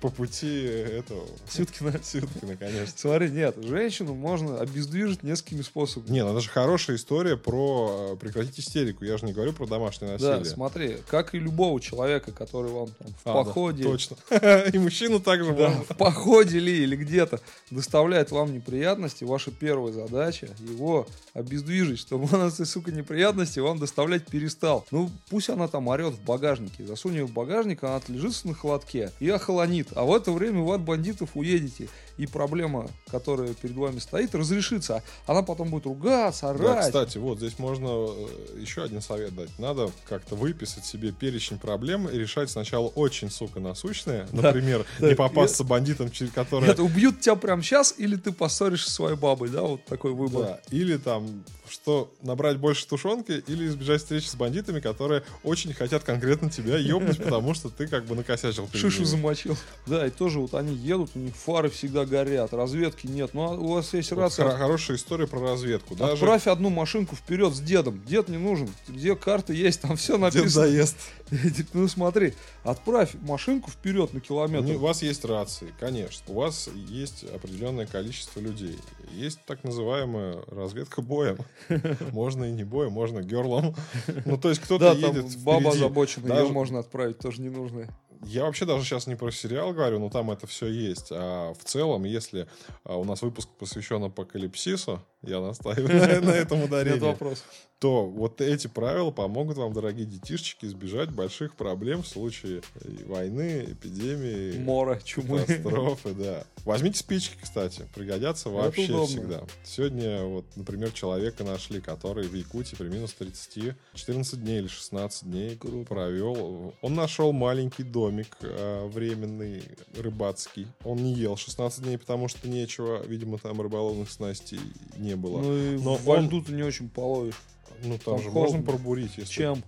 Speaker 1: по пути этого...
Speaker 2: Сюткина.
Speaker 1: Сюткина, конечно.
Speaker 2: Смотри, нет, женщину можно обездвижить несколькими способами.
Speaker 1: Не, ну это же хорошая история про э, прекратить истерику. Я же не говорю про домашнее насилие.
Speaker 2: Да, смотри, как и любого человека, который вам там в
Speaker 1: А, да,
Speaker 2: походе
Speaker 1: точно. И мужчину также
Speaker 2: Да,
Speaker 1: можно.
Speaker 2: в походе ли или где-то доставляет вам неприятности, ваша первая задача его обездвижить, чтобы он эти, сука, неприятности вам доставлять перестал. Ну, пусть она там орет в багажнике. Засунь ее в багажник, она отлежится на холодке и охолонит. А в это время вы от бандитов уедете. И проблема, которая перед вами стоит, разрешится. Она потом будет ругаться, орать.
Speaker 1: Да, кстати, вот здесь можно э, еще один совет дать. Надо как-то выписать себе перечень проблем и решать сначала очень, сука, насущные.
Speaker 2: Да,
Speaker 1: Например,
Speaker 2: да.
Speaker 1: не попасться бандитам, через которые
Speaker 2: Это убьют тебя прямо сейчас, или ты поссоришься со своей бабой, да, вот такой выбор.
Speaker 1: Да, или там, что набрать больше тушенки, или избежать встречи с бандитами, которые очень хотят конкретно тебя ёбнуть, потому что ты как бы накосячил. перед
Speaker 2: Шишу
Speaker 1: ними.
Speaker 2: замочил. Да, и тоже вот они едут, у них фары всегда горят, разведки нет. Ну, а у вас есть
Speaker 1: Вот хор-
Speaker 2: рация.
Speaker 1: Хорошая история про
Speaker 2: А
Speaker 1: разведку. Даже
Speaker 2: Отправь одну машинку вперед с дедом. Дед не нужен. Где карта есть, там все
Speaker 1: дед
Speaker 2: написано.
Speaker 1: заезд.
Speaker 2: Ну смотри, отправь машинку вперед на
Speaker 1: У
Speaker 2: километр.
Speaker 1: вас есть рации, конечно. У вас есть определенное количество людей. Есть так называемая разведка боем. Можно и не боем, можно герлом. Ну, то есть кто-то
Speaker 2: Да, там
Speaker 1: едет
Speaker 2: баба
Speaker 1: впереди.
Speaker 2: озабочена, ее
Speaker 1: Даже-
Speaker 2: можно отправить, тоже не нужно.
Speaker 1: Я вообще даже сейчас не про сериал говорю, но там это все есть. А в целом, если а, у нас выпуск посвящен апокалипсису, я настаиваю на- на этом
Speaker 2: Нет
Speaker 1: ударении,
Speaker 2: вопросов.
Speaker 1: то вот эти правила помогут вам, дорогие детишечки, избежать больших проблем в случае и войны, эпидемии,
Speaker 2: Мора, чумы.
Speaker 1: катастрофы, да. Возьмите спички, кстати, пригодятся вообще
Speaker 2: удобно.
Speaker 1: всегда. Сегодня вот, например, человека нашли, который в Якутии при минус 30, 14 дней или 16 дней
Speaker 2: Круто.
Speaker 1: провел. Он нашел маленький домик э, временный, рыбацкий. Он не ел 16 дней, потому что нечего. Видимо, там рыболовных снастей не было.
Speaker 2: Ну и
Speaker 1: Но
Speaker 2: во
Speaker 1: он-
Speaker 2: льду ты не очень половишь.
Speaker 1: Ну, там
Speaker 2: Там
Speaker 1: же
Speaker 2: холодно.
Speaker 1: можно пробурить, если...
Speaker 2: Чем?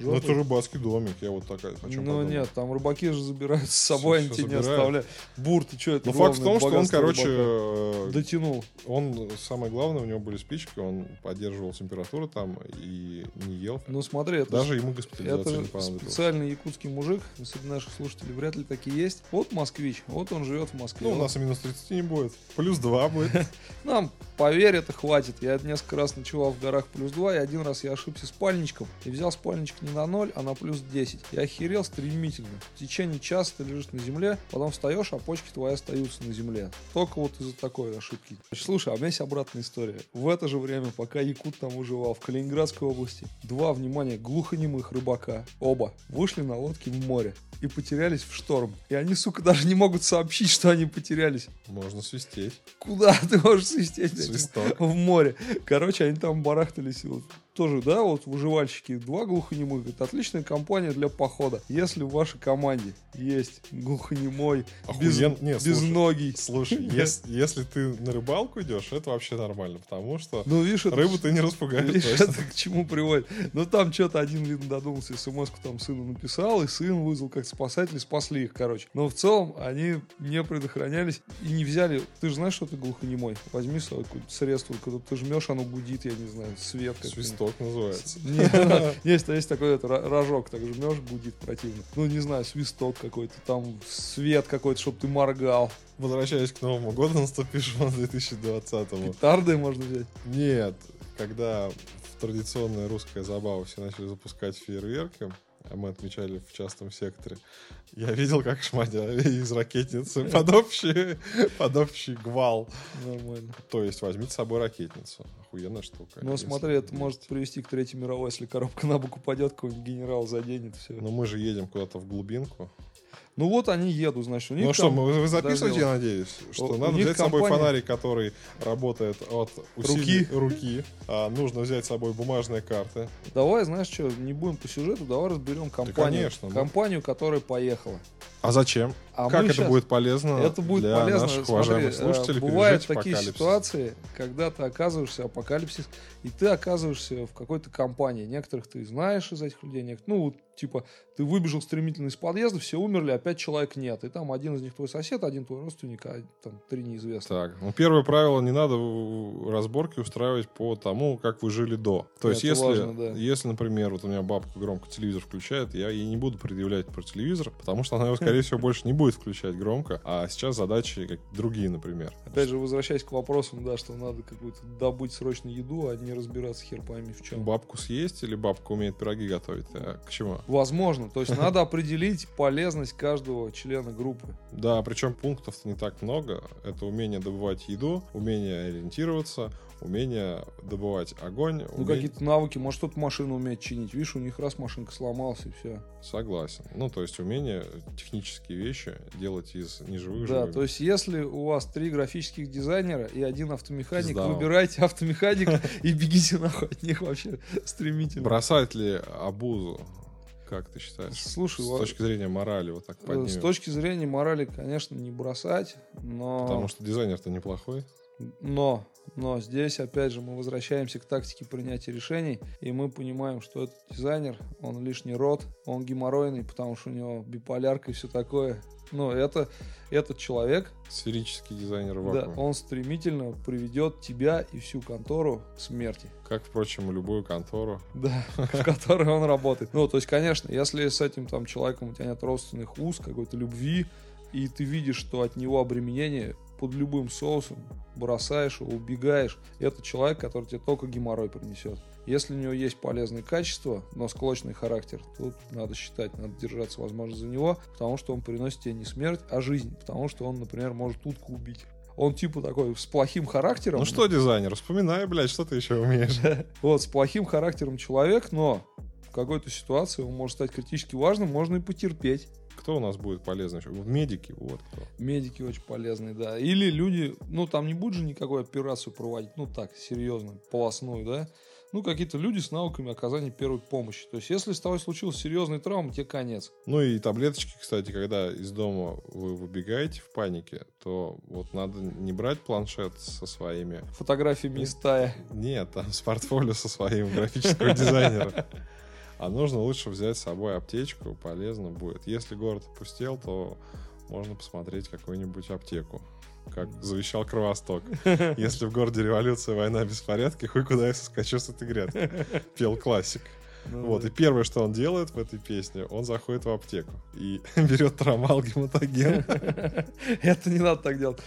Speaker 1: Ну, это
Speaker 2: Жопой?
Speaker 1: рыбацкий домик, я вот такая о чем
Speaker 2: Ну
Speaker 1: подумал.
Speaker 2: нет, там рыбаки же забирают с собой,
Speaker 1: Всё-
Speaker 2: они
Speaker 1: всё
Speaker 2: тебе не
Speaker 1: забирают.
Speaker 2: оставляют. Бур, ты что, это
Speaker 1: Но факт в том,
Speaker 2: главное
Speaker 1: что он,
Speaker 2: богатство
Speaker 1: короче,
Speaker 2: рыбака.
Speaker 1: э,
Speaker 2: Дотянул.
Speaker 1: он, самое главное, у него были спички, он поддерживал температуру там и не ел.
Speaker 2: Ну смотри, это
Speaker 1: Даже ему
Speaker 2: Это
Speaker 1: госпитализация не
Speaker 2: же
Speaker 1: понадобилась.
Speaker 2: специальный якутский мужик, среди наших слушателей вряд ли такие есть. Вот москвич, вот он живет в Москве.
Speaker 1: Ну, у
Speaker 2: Он-
Speaker 1: нас и минус 30 не будет. Плюс 2 будет.
Speaker 2: Нам, поверь, это хватит. Я несколько раз ночевал в горах плюс 2, и один раз я ошибся спальничком. И взял спальничек не на 0, а на плюс 10. Я охерел стремительно. В течение часа ты лежишь на земле, потом встаешь, а почки твои остаются на земле. Только вот из-за такой ошибки. Слушай, а у меня есть обратная история. В это же время, пока Якут там уживал, в Калининградской области, два, внимание, глухонемых рыбака, оба, вышли на лодке в море и потерялись в шторм. И они, сука, даже не могут сообщить, что они потерялись.
Speaker 1: Можно свистеть.
Speaker 2: Куда ты можешь свистеть? блядь?
Speaker 1: Свисток.
Speaker 2: в море. Короче, они там барахтались. Вот. Тоже, да, вот выживальщики, два глухонемых. Это отличная компания для похода. Если в вашей команде есть глухонемой, без,
Speaker 1: Охуен- не, слушай.
Speaker 2: безногий.
Speaker 1: Слушай, ес- если ты на рыбалку идешь, это вообще нормально, потому что
Speaker 2: Ну, видишь, это
Speaker 1: рыбу ты не распугаешь.
Speaker 2: Лишь
Speaker 1: точно.
Speaker 2: это к чему приводит. Ну, там что-то один, видно, додумался, смс там сыну написал, и сын вызвал как спасатели, спасли их, короче. Но в целом они не предохранялись и не взяли... Ты же знаешь, что ты глухонемой? Возьми с собой какое-то средство, когда ты жмешь, оно гудит, я не знаю, свет как
Speaker 1: Свисток называется.
Speaker 2: Нет, есть, есть такой это, ро- рожок, так жмешь, гудит противно. Ну, не знаю, свисток какой-то, там свет какой-то, чтобы ты моргал.
Speaker 1: Возвращаясь к Новому году, наступившему 2020
Speaker 2: Петарды можно взять.
Speaker 1: Нет, когда в традиционная русская забава все начали запускать фейерверки, а мы отмечали в частном секторе, я видел, как шмадя из ракетницы под общий, под общий гвал.
Speaker 2: Нормально.
Speaker 1: То есть возьмите с собой ракетницу. Охуенная штука.
Speaker 2: Ну,
Speaker 1: если
Speaker 2: смотри, это
Speaker 1: есть.
Speaker 2: может привести к Третьей мировой, если коробка на бок упадет, какой-нибудь генерал заденет все. Ну,
Speaker 1: Но мы же едем куда-то в глубинку.
Speaker 2: вот они едут, значит, у них
Speaker 1: Ну что,
Speaker 2: там
Speaker 1: мы- вы записываете,
Speaker 2: подожди,
Speaker 1: я надеюсь, что
Speaker 2: у
Speaker 1: надо
Speaker 2: них
Speaker 1: взять с собой
Speaker 2: компания-
Speaker 1: фонарик, который работает от усилий-
Speaker 2: Руки.
Speaker 1: руки. А, нужно взять с собой бумажные карты.
Speaker 2: Давай, знаешь что, не будем по сюжету, давай разберем компанию.
Speaker 1: конечно, ну.
Speaker 2: компанию, которая поехала.
Speaker 1: А зачем?
Speaker 2: А
Speaker 1: как
Speaker 2: мы
Speaker 1: это
Speaker 2: щас-
Speaker 1: будет полезно?
Speaker 2: Это будет
Speaker 1: А, для
Speaker 2: полезно.
Speaker 1: наших
Speaker 2: Смотри,
Speaker 1: уважаемых
Speaker 2: э,
Speaker 1: слушателей
Speaker 2: бывают
Speaker 1: пережить
Speaker 2: такие
Speaker 1: апокалипсис?
Speaker 2: ситуации, когда ты оказываешься в апокалипсис, и ты оказываешься в какой-то компании. Некоторых ты знаешь из этих людей, некоторых, ну, вот, типа, ты выбежал стремительно из подъезда, все умерли, а пять человек нет. И там один из них твой сосед, один твой родственник, а там три неизвестных.
Speaker 1: Так, ну первое правило, не надо э, разборки устраивать по тому, как вы жили до. То есть,
Speaker 2: Это
Speaker 1: если,
Speaker 2: важно, да.
Speaker 1: если, например, вот у меня бабка громко телевизор включает, я ей не буду предъявлять про телевизор, потому что она его, скорее всего, больше не будет включать громко, а сейчас задачи как другие, например.
Speaker 2: Опять же, возвращаясь к вопросам, да, что надо какую-то добыть срочно еду, а не разбираться хер пойми в чем.
Speaker 1: Бабку съесть или бабка умеет пироги готовить? А к чему?
Speaker 2: Возможно. То есть надо определить полезность каждого члена группы.
Speaker 1: Да, причем пунктов не так много. Это умение добывать еду, умение ориентироваться, умение добывать огонь.
Speaker 2: Ну,
Speaker 1: уме-
Speaker 2: какие-то навыки. Может, кто-то машину умеет чинить. Видишь, у них раз машинка сломалась, и все.
Speaker 1: Согласен. Ну, то есть умение технические вещи делать из неживых
Speaker 2: Да,
Speaker 1: живыми.
Speaker 2: то есть если у вас три графических дизайнера и один автомеханик,
Speaker 1: Пизда вам.
Speaker 2: выбирайте автомеханика и бегите нахуй от них вообще стремительно.
Speaker 1: Бросать ли обузу, как ты считаешь?
Speaker 2: Слушай,
Speaker 1: С
Speaker 2: во-
Speaker 1: точки зрения морали вот так
Speaker 2: э, с
Speaker 1: поднимем.
Speaker 2: точки зрения морали, конечно, не бросать, но...
Speaker 1: Потому что дизайнер-то неплохой.
Speaker 2: Но, но здесь, опять же, мы возвращаемся к тактике принятия решений, и мы понимаем, что этот дизайнер, он лишний рот, он геморройный, потому что у него биполярка и все такое. Ну, это этот человек,
Speaker 1: Сферический дизайнер
Speaker 2: да,
Speaker 1: вакуума.
Speaker 2: он стремительно приведет тебя и всю контору к смерти,
Speaker 1: Как, впрочем, и любую контору.
Speaker 2: да, в которой он работает. Ну, то есть, конечно, если с этим там человеком у тебя нет родственных уз, какой-то любви, и ты видишь, что от него обременение, под любым соусом, бросаешь его, убегаешь. Это человек, который тебе только геморрой принесет. Если у него есть полезные качества, но склочный характер, тут надо считать, надо держаться, возможно, за него, потому что он приносит тебе не смерть, а жизнь, потому что он, например, может утку убить. Он типа такой с плохим характером.
Speaker 1: Ну что, дизайнер, вспоминай, блядь, что ты еще умеешь.
Speaker 2: Вот, с плохим характером человек, но в какой-то ситуации он может стать критически важным, можно и потерпеть.
Speaker 1: Кто у нас будет полезный? еще? Медики, вот кто.
Speaker 2: Медики очень полезные, да. Или люди, ну там не будет же никакой операцию проводить, ну так, серьезно, полостную, да. Ну, какие-то люди с навыками оказания первой помощи. То есть, если с тобой случилась серьезная травма, тебе конец.
Speaker 1: Ну и таблеточки, кстати, когда из дома вы выбегаете в панике, то вот надо не брать планшет со своими... Э,
Speaker 2: Фотографиями из стая.
Speaker 1: Нет, там с портфолио со своим графического дизайнера. А нужно лучше взять с собой аптечку, полезно будет. Если город опустел, то можно посмотреть какую-нибудь аптеку. Как завещал Кровосток. Если в городе революция, война, беспорядки, хуй куда я соскочу с этой грядки. Пел классик.
Speaker 2: Ну
Speaker 1: Вот,
Speaker 2: да.
Speaker 1: и первое, что он делает в этой песне, он заходит в аптеку и берет трамал гематоген.
Speaker 2: Это не надо так делать.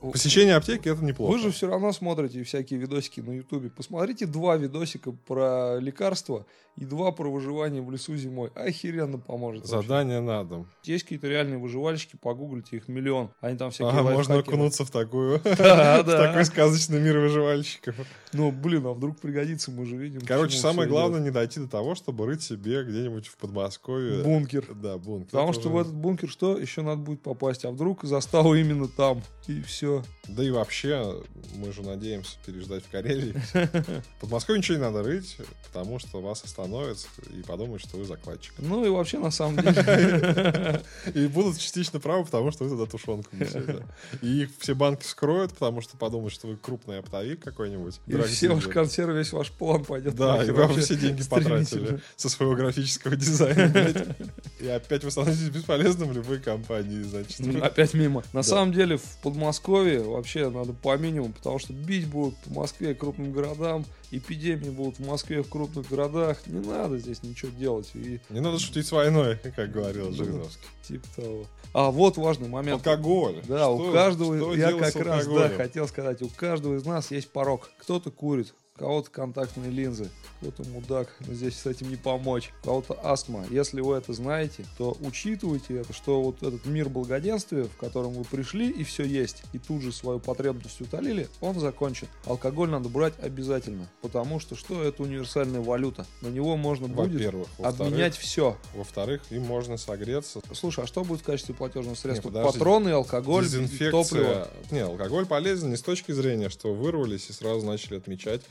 Speaker 1: Посещение аптеки это неплохо.
Speaker 2: Вы же все равно смотрите всякие видосики на Ютубе. Посмотрите два видосика про лекарства и два про выживание в лесу зимой. Охеренно поможет. вообще.
Speaker 1: Задание на дом.
Speaker 2: Есть какие-то реальные выживальщики, погуглите их миллион. Они там всякие
Speaker 1: Ага, можно
Speaker 2: лайфхаки.
Speaker 1: окунуться в такую,
Speaker 2: Да,
Speaker 1: в
Speaker 2: да.
Speaker 1: такой сказочный мир выживальщиков.
Speaker 2: Ну, блин, а вдруг пригодится, мы же видим. к
Speaker 1: Короче,
Speaker 2: чему
Speaker 1: самое
Speaker 2: всё
Speaker 1: главное не дойти до того, чтобы рыть себе где-нибудь в Подмосковье.
Speaker 2: идёт. Бункер.
Speaker 1: Да, бункер.
Speaker 2: Потому
Speaker 1: Это
Speaker 2: что в
Speaker 1: уже-
Speaker 2: этот бункер что? Еще надо будет попасть. А вдруг застал именно там. И все.
Speaker 1: Да и вообще, мы же надеемся переждать в Карелии. В Подмосковье ничего не надо рыть, потому что вас остановят и подумают, что вы закладчик.
Speaker 2: Ну и вообще, на самом деле...
Speaker 1: И будут частично правы, потому что вы туда тушенку несете. И их все банки скроют, потому что подумают, что вы крупный оптовик какой-нибудь.
Speaker 2: И
Speaker 1: Дорогие
Speaker 2: все ваши
Speaker 1: люди.
Speaker 2: консервы, весь ваш план пойдет.
Speaker 1: Да, и
Speaker 2: нахер
Speaker 1: вам
Speaker 2: вообще
Speaker 1: все деньги
Speaker 2: стремительно.
Speaker 1: потратили со своего графического дизайна, блядь. И опять вы становитесь бесполезным в любой компании, значит.
Speaker 2: Опять мимо. На
Speaker 1: Да.
Speaker 2: самом деле в Подмосковье вообще надо по минимуму, потому что бить будут по Москве и крупным городам, эпидемии будут в Москве и в крупных городах. Не надо здесь ничего делать. И
Speaker 1: Не надо шутить с войной, как говорил Жириновский.
Speaker 2: типа того. А вот важный момент.
Speaker 1: Алкоголь.
Speaker 2: Да,
Speaker 1: Что-
Speaker 2: у каждого,
Speaker 1: что
Speaker 2: я
Speaker 1: делать
Speaker 2: как
Speaker 1: с
Speaker 2: раз да,
Speaker 1: алкоголем?
Speaker 2: хотел сказать, у каждого из нас есть порог. Кто-то курит, у кого-то контактные линзы, кто-то мудак, но здесь с этим не помочь, у кого-то астма. Если вы это знаете, то учитывайте это, что вот этот мир благоденствия, в котором вы пришли и все есть, и тут же свою потребность утолили, он закончен. Алкоголь надо брать обязательно, потому что что это универсальная валюта? На него можно будет
Speaker 1: Во-первых. Во-вторых,
Speaker 2: обменять все.
Speaker 1: во-вторых, им можно согреться.
Speaker 2: Слушай, а что будет в качестве платежного средства?
Speaker 1: подожди.
Speaker 2: Патроны, алкоголь, и топливо.
Speaker 1: Дезинфекция. Не, алкоголь полезен не с точки зрения, что вы вырвались и сразу начали отмечать,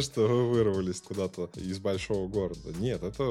Speaker 1: что вы вырвались куда-то из большого города. Нет, это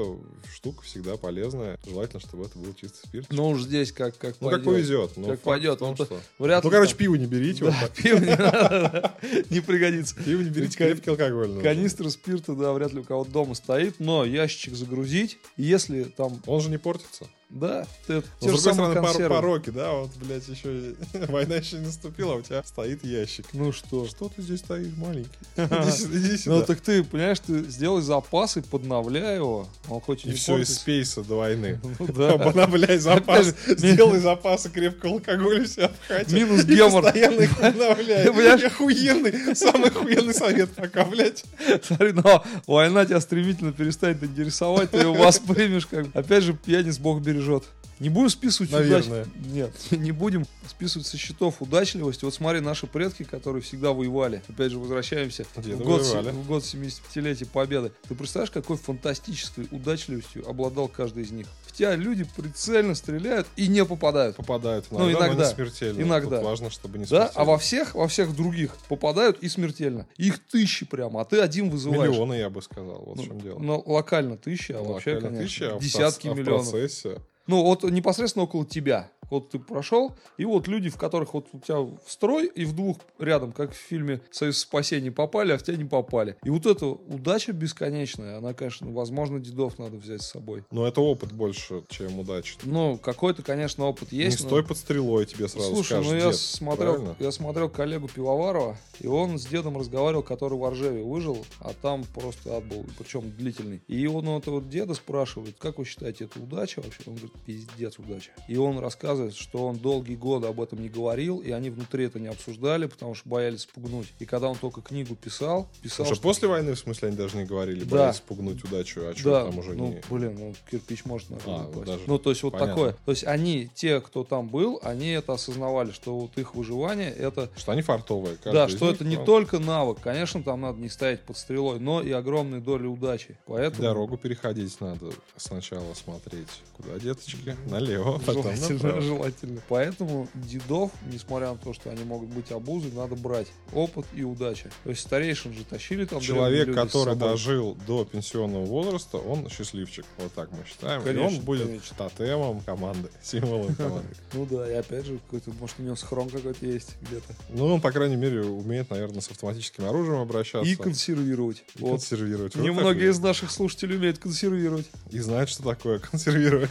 Speaker 1: штука всегда полезная. Желательно, чтобы это был чистый спирт.
Speaker 2: Ну уж здесь как как
Speaker 1: Ну,
Speaker 2: пойдет.
Speaker 1: как повезет. но
Speaker 2: Как
Speaker 1: факт в
Speaker 2: пойдет,
Speaker 1: том,
Speaker 2: ну, то-
Speaker 1: что-
Speaker 2: Вряд
Speaker 1: Ну,
Speaker 2: ли
Speaker 1: короче,
Speaker 2: там-
Speaker 1: пиво не берите. вот
Speaker 2: Да,
Speaker 1: так.
Speaker 2: пиво не надо, не пригодится.
Speaker 1: Пиво не берите,
Speaker 2: Кон-
Speaker 1: крепкий алкоголь. нужен.
Speaker 2: Канистра спирта, да, вряд ли у кого-то дома стоит, но ящичек загрузить, и если там,
Speaker 1: Он же не портится.
Speaker 2: да, ты-
Speaker 1: Но,
Speaker 2: те же
Speaker 1: Ну, с другой
Speaker 2: самые
Speaker 1: стороны, пор-
Speaker 2: консервы.
Speaker 1: пороки, да, вот, блядь, еще и- война еще не наступила, а у тебя стоит ящик.
Speaker 2: Ну что? ж.
Speaker 1: Что ты здесь стоишь, маленький? Иди с- иди
Speaker 2: Ну
Speaker 1: сюда.
Speaker 2: так ты, понимаешь, ты сделай запасы, подновляй его, он хоть и
Speaker 1: И
Speaker 2: не
Speaker 1: все из
Speaker 2: портится.
Speaker 1: спейса до войны.
Speaker 2: Ну да.
Speaker 1: Обновляй запас,
Speaker 2: Опять же,
Speaker 1: сделай запасы крепкого алкоголя у себя в хате.
Speaker 2: Минус
Speaker 1: И
Speaker 2: гемор.
Speaker 1: Постоянно их
Speaker 2: Ты понимаешь?
Speaker 1: обновляй. Охуенный, самый охуенный совет пока, блядь.
Speaker 2: Смотри, но война тебя стремительно перестанет интересовать, ты его воспримешь. Как... бы. Опять же, пьяниц бог бережет. Не будем списывать удач-
Speaker 1: Наверное.
Speaker 2: Нет, не будем списывать со счетов удачливость. Вот смотри, наши предки, которые всегда воевали. Опять же, возвращаемся
Speaker 1: Деды
Speaker 2: в год, се-
Speaker 1: воевали.
Speaker 2: в год 75-летия Победы. Ты представляешь, какой фантастической удачливостью обладал каждый из них? В тебя люди прицельно стреляют и не попадают.
Speaker 1: Попадают
Speaker 2: Ну,
Speaker 1: иногда, но не
Speaker 2: иногда.
Speaker 1: смертельно.
Speaker 2: Иногда.
Speaker 1: Тут важно, чтобы не
Speaker 2: Да,
Speaker 1: смертельно.
Speaker 2: а во всех, во всех других попадают и смертельно. Их тысячи прямо, а ты один вызываешь.
Speaker 1: Миллионы, я бы сказал. Вот в
Speaker 2: Ну,
Speaker 1: чем дело.
Speaker 2: но локально тысячи, а
Speaker 1: Ну,
Speaker 2: вообще,
Speaker 1: локально
Speaker 2: конечно,
Speaker 1: тысяча, а в
Speaker 2: десятки
Speaker 1: проц- а в
Speaker 2: миллионов.
Speaker 1: процессе
Speaker 2: Ну, вот непосредственно около тебя. Вот ты прошел, и вот люди, в которых вот у тебя в строй, и в двух рядом, как в фильме «Союз спасения» попали, а в тебя не попали. И вот эта удача бесконечная, она, конечно, возможно, дедов надо взять с собой.
Speaker 1: Но это опыт больше, чем удача.
Speaker 2: Ну, какой-то, конечно, опыт есть.
Speaker 1: не
Speaker 2: но-
Speaker 1: стой под стрелой, тебе сразу
Speaker 2: Слушай,
Speaker 1: скажут.
Speaker 2: ну я
Speaker 1: «Дед,
Speaker 2: смотрел,
Speaker 1: правильно?»
Speaker 2: я смотрел коллегу Пивоварова, и он с дедом разговаривал, который в Ржеве выжил, а там просто ад был, причем длительный. И он у этого деда спрашивает, как вы считаете, это удача вообще? Он говорит, пиздец, удача. И он рассказывает, рассказывает, что он долгие годы об этом не говорил, и они внутри это не обсуждали, потому что боялись пугнуть. И когда он только книгу писал, писал...
Speaker 1: Потому что после войны, в смысле, они даже не говорили,
Speaker 2: Да.
Speaker 1: боялись пугнуть удачу, а что
Speaker 2: да,
Speaker 1: там уже
Speaker 2: ну,
Speaker 1: не...
Speaker 2: блин, ну, кирпич может на
Speaker 1: А,
Speaker 2: руку
Speaker 1: вот
Speaker 2: упасть.
Speaker 1: даже-
Speaker 2: Ну, то есть вот
Speaker 1: понятно.
Speaker 2: такое. То есть они, те, кто там был, они это осознавали, что вот их выживание это
Speaker 1: Что они фартовые. каждый
Speaker 2: да,
Speaker 1: из
Speaker 2: что
Speaker 1: них,
Speaker 2: это не
Speaker 1: ну,
Speaker 2: только навык, конечно, там надо не стоять под стрелой, но и огромные доли удачи. Поэтому
Speaker 1: Дорогу переходить надо сначала смотреть. Куда, деточки? Налево, потом
Speaker 2: желательно,
Speaker 1: направо.
Speaker 2: желательно. Поэтому дедов, несмотря на то, что они могут быть обузой, надо брать опыт и удача. То есть старейшин же тащили там древние
Speaker 1: Человек,
Speaker 2: люди с
Speaker 1: который
Speaker 2: собой.
Speaker 1: дожил до пенсионного возраста, он счастливчик. Вот так мы считаем. и
Speaker 2: Конечно,
Speaker 1: он будет
Speaker 2: конечно.
Speaker 1: тотемом команды, символом команды.
Speaker 2: Ну да, и опять же, какой-то, может, у него схрон какой-то есть где-то.
Speaker 1: Ну, он, по крайней мере, умеет, наверное, с автоматическим оружием обращаться.
Speaker 2: И консервировать.
Speaker 1: и
Speaker 2: Вот.
Speaker 1: консервировать. Вот
Speaker 2: Немногие
Speaker 1: такой.
Speaker 2: из наших слушателей умеют консервировать.
Speaker 1: И знают, что такое консервировать.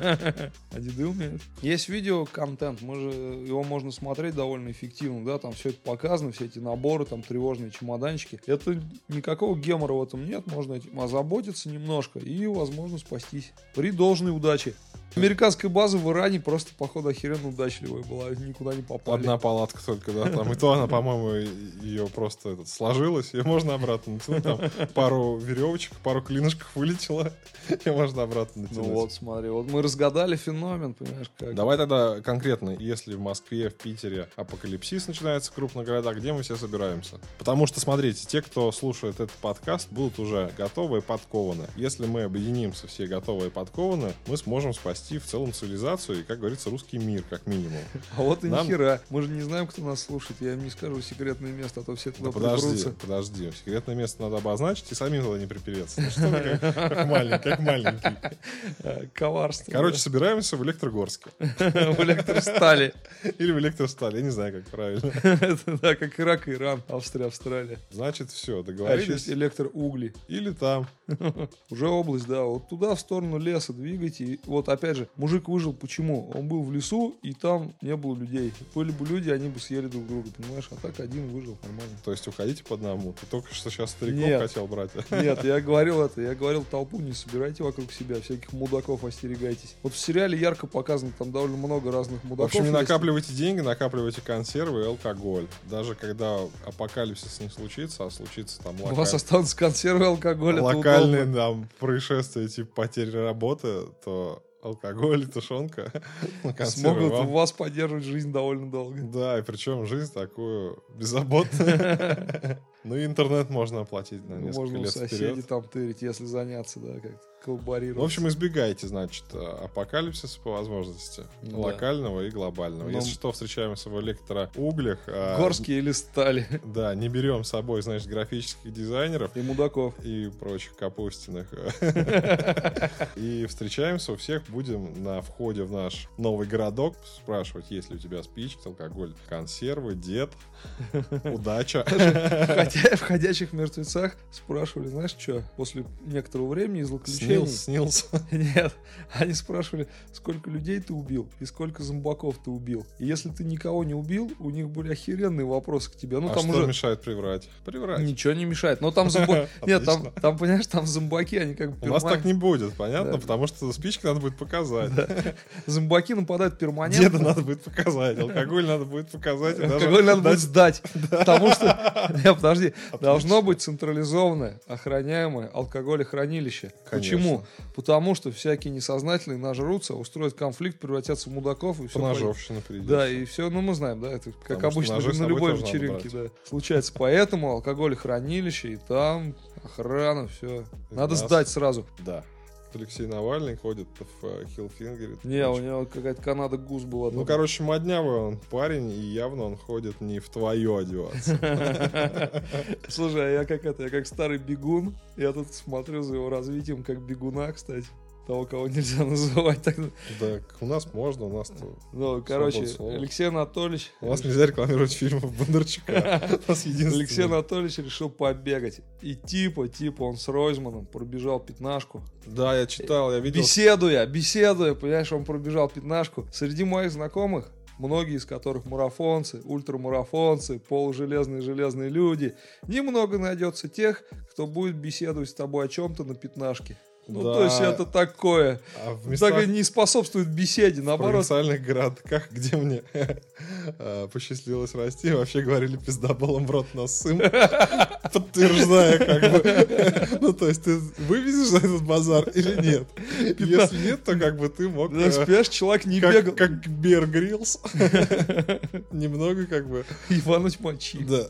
Speaker 2: А деды умеют. Есть видеоконтент, мы же, его можно смотреть довольно эффективно, да, там все это показано, все эти наборы, там тревожные чемоданчики. Это никакого гемора в этом нет, можно этим озаботиться немножко и, возможно, спастись при должной удаче. Американская база в Иране просто, походу, охеренно удачливая была, никуда не попали. Ну
Speaker 1: Одна палатка только, да, там. И то она, по-моему, ее просто этот, сложилась, ее можно обратно натянуть. Там пару веревочек, пару клинышков вылетело, и можно обратно
Speaker 2: Ну
Speaker 1: натянуть.
Speaker 2: вот, смотри, вот мы разгадали феномен, понимаешь, как.
Speaker 1: Давай тогда конкретно, если в Москве, в Питере апокалипсис начинается в крупных городах, где мы все собираемся? Потому что, смотрите, те, кто слушает этот подкаст, будут уже готовы и подкованы. Если мы объединимся все готовы и подкованы, мы сможем спасти в целом цивилизацию и, как говорится, русский мир, как минимум.
Speaker 2: А вот и
Speaker 1: Нам-
Speaker 2: нихера. Мы же не знаем, кто нас слушает. Я им не скажу секретное место, а то все туда
Speaker 1: Да подожди,
Speaker 2: припрутся.
Speaker 1: подожди. Секретное место надо обозначить и самим туда не припереться. Ну что ты как, как маленький, как маленький.
Speaker 2: Э, Коварство.
Speaker 1: Короче, собираемся в Электрогорске.
Speaker 2: да. в электростале.
Speaker 1: Или в Электростале, я не знаю, как правильно.
Speaker 2: Это, да, как Ирак, Иран, Австрия, Австралия.
Speaker 1: Значит, все,
Speaker 2: А еще есть
Speaker 1: договорились.
Speaker 2: электроугли.
Speaker 1: Или там.
Speaker 2: Уже область, да, вот туда, в сторону леса двигайте. И вот опять же, мужик выжил почему? Он был в лесу, и там не было людей. Были бы люди, они бы съели друг друга, понимаешь? А так один выжил, нормально.
Speaker 1: То есть уходите по одному. Ты только что сейчас стариков
Speaker 2: Нет.
Speaker 1: хотел брать.
Speaker 2: Нет, я говорил это, я говорил толпу не собирайте вокруг себя, всяких мудаков остерегайтесь. Вот в сериале ярко показано, там довольно много разных
Speaker 1: В
Speaker 2: мудаков.
Speaker 1: общем, не
Speaker 2: есть.
Speaker 1: накапливайте деньги, накапливайте консервы и алкоголь. Даже когда апокалипсис не случится, а случится там
Speaker 2: У
Speaker 1: локаль-
Speaker 2: вас останутся консервы, алкоголь, это удобно.
Speaker 1: локальные там происшествия типа потери работы, то алкоголь, тушенка. ну, консервы
Speaker 2: Смогут
Speaker 1: вам.
Speaker 2: вас поддерживать жизнь довольно долго.
Speaker 1: Да, и причем жизнь такую беззаботную. Ну и интернет можно оплатить на
Speaker 2: Ну,
Speaker 1: несколько
Speaker 2: можно у
Speaker 1: лет
Speaker 2: соседей
Speaker 1: вперед.
Speaker 2: там тырить, если заняться, да, как-то коллаборировать.
Speaker 1: Ну, В общем, избегайте, значит, э, апокалипсиса по возможности.
Speaker 2: Да. Ну,
Speaker 1: Локального и глобального.
Speaker 2: Но-
Speaker 1: Если что, встречаемся в электроуглях. а,
Speaker 2: горские или стали
Speaker 1: Да, не берем с собой, значит, графических дизайнеров
Speaker 2: и мудаков.
Speaker 1: и прочих капустиных. И встречаемся у всех, будем на входе в наш новый городок спрашивать, есть ли у тебя спички, алкоголь, консервы, дед, удача.
Speaker 2: Хотя в «Ходячих мертвецах» спрашивали, знаешь что, после некоторого времени и злоключений...
Speaker 1: Снился, снился.
Speaker 2: Нет, они спрашивали, сколько людей ты убил и сколько зомбаков ты убил. И если ты никого не убил, у них были охеренные вопросы к тебе. Ну,
Speaker 1: А
Speaker 2: там
Speaker 1: что
Speaker 2: уже...
Speaker 1: мешает приврать? Приврать.
Speaker 2: Ничего не мешает. Но там зомбаки... Нет, там,
Speaker 1: Отлично.
Speaker 2: там, понимаешь, там зомбаки, они как бы
Speaker 1: У нас так
Speaker 2: перман-
Speaker 1: не будет, понятно?
Speaker 2: Да.
Speaker 1: Потому что спички надо будет показать.
Speaker 2: Зомбаки нападают перманентно.
Speaker 1: Деда надо будет показать, алкоголь надо будет показать. и даже
Speaker 2: Алкоголь надо будет
Speaker 1: дать-
Speaker 2: сдать. Потому что... Не, подожди. Должно быть централизованное, охраняемое алкоголехранилище.
Speaker 1: Конечно.
Speaker 2: Почему? Потому что всякие несознательные нажрутся, устроят конфликт, превратятся в мудаков и все.
Speaker 1: По ножовщину придет.
Speaker 2: Да, и все, ну мы знаем, да, это как
Speaker 1: что
Speaker 2: обычно
Speaker 1: ножи с
Speaker 2: на
Speaker 1: собой
Speaker 2: любой
Speaker 1: тоже надо
Speaker 2: вечеринке, да, случается. Поэтому алкоголехранилище, и там охрана, все.
Speaker 1: И
Speaker 2: Надо
Speaker 1: нас.
Speaker 2: сдать сразу.
Speaker 1: Да. Алексей Навальный ходит в э, Хиллфингере.
Speaker 2: Не, у него какая-то Канада гус была.
Speaker 1: Ну,
Speaker 2: там.
Speaker 1: короче, моднявый он парень, и явно он ходит не в твое одеваться.
Speaker 2: Слушай, а я как это, я как старый бегун, я тут смотрю за его развитием как бегуна, кстати. Того, кого нельзя называть так
Speaker 1: Так, у нас можно, у нас
Speaker 2: Ну, короче,
Speaker 1: Свобода слова.
Speaker 2: Алексей Анатольевич...
Speaker 1: у нас нельзя рекламировать фильмов Бондарчука. У нас единственный.
Speaker 2: Алексей Анатольевич решил побегать. И типа, типа, он с Ройзманом пробежал пятнашку.
Speaker 1: Да, я читал, я видел.
Speaker 2: Беседуя, беседуя, понимаешь, он пробежал пятнашку. Среди моих знакомых, многие из которых марафонцы, ультрамарафонцы, полужелезные железные люди, немного найдется тех, кто будет беседовать с тобой о чем-то на пятнашке. Ну, то есть это такое.
Speaker 1: А в местах,
Speaker 2: Так и не способствует беседе,
Speaker 1: в
Speaker 2: наоборот.
Speaker 1: провинциальных городках, где мне э, посчастливилось расти, вообще говорили пиздоболом в рот насым, подтверждая как бы. Ну, то есть ты вывезешь за этот базар или нет? Если нет, то как бы ты мог...
Speaker 2: Да,
Speaker 1: э,
Speaker 2: понимаешь, человек не бегал.
Speaker 1: Как, как Бер Гриллс. Немного как бы,
Speaker 2: Иваныч мочи.
Speaker 1: да.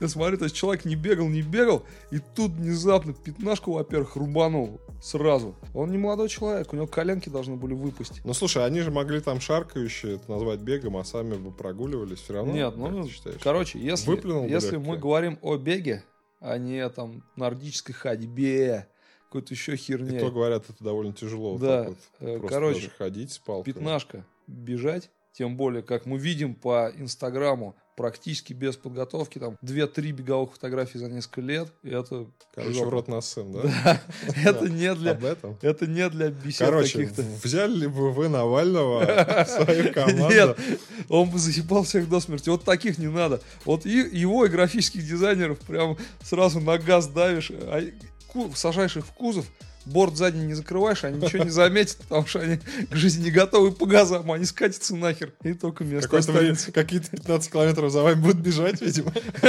Speaker 2: Я смотрю, то есть человек не бегал, не бегал, и тут внезапно пятнашку, во-первых, рубанул сразу. Он не молодой человек, у него коленки должны были выпустить.
Speaker 1: Ну, слушай, они же могли там шаркающие это назвать бегом, а сами бы прогуливались все равно.
Speaker 2: Нет,
Speaker 1: как
Speaker 2: ну,
Speaker 1: ты считаешь?
Speaker 2: короче, если,
Speaker 1: Выплюнул бы
Speaker 2: если
Speaker 1: легкие.
Speaker 2: мы говорим о беге, а не там нордической ходьбе, какой-то еще
Speaker 1: И то,
Speaker 2: херне,
Speaker 1: говорят, это довольно тяжело.
Speaker 2: Да,
Speaker 1: вот так вот
Speaker 2: э,
Speaker 1: просто
Speaker 2: короче,
Speaker 1: даже ходить с палками.
Speaker 2: пятнашка, бежать, тем более, как мы видим по Инстаграму, практически без подготовки, там 2-3 беговых фотографии за несколько лет, и это...
Speaker 1: Короче,
Speaker 2: жопа.
Speaker 1: в рот на сын, да?
Speaker 2: Да, это не для...
Speaker 1: Об этом?
Speaker 2: Это не для бесед
Speaker 1: Короче,
Speaker 2: каких-то.
Speaker 1: взяли ли бы вы Навального в свою команду?
Speaker 2: Нет, он бы заебал всех до смерти. Вот таких не надо. Вот и его и графических дизайнеров прям сразу на газ давишь, а и ку- сажаешь их в кузов, борт задний не закрываешь, они ничего не заметят, потому что они к жизни не готовы по газам, они скатятся нахер, и только место
Speaker 1: Какое-то время
Speaker 2: останется.
Speaker 1: какие-то 15 километров за вами будут бежать, видимо.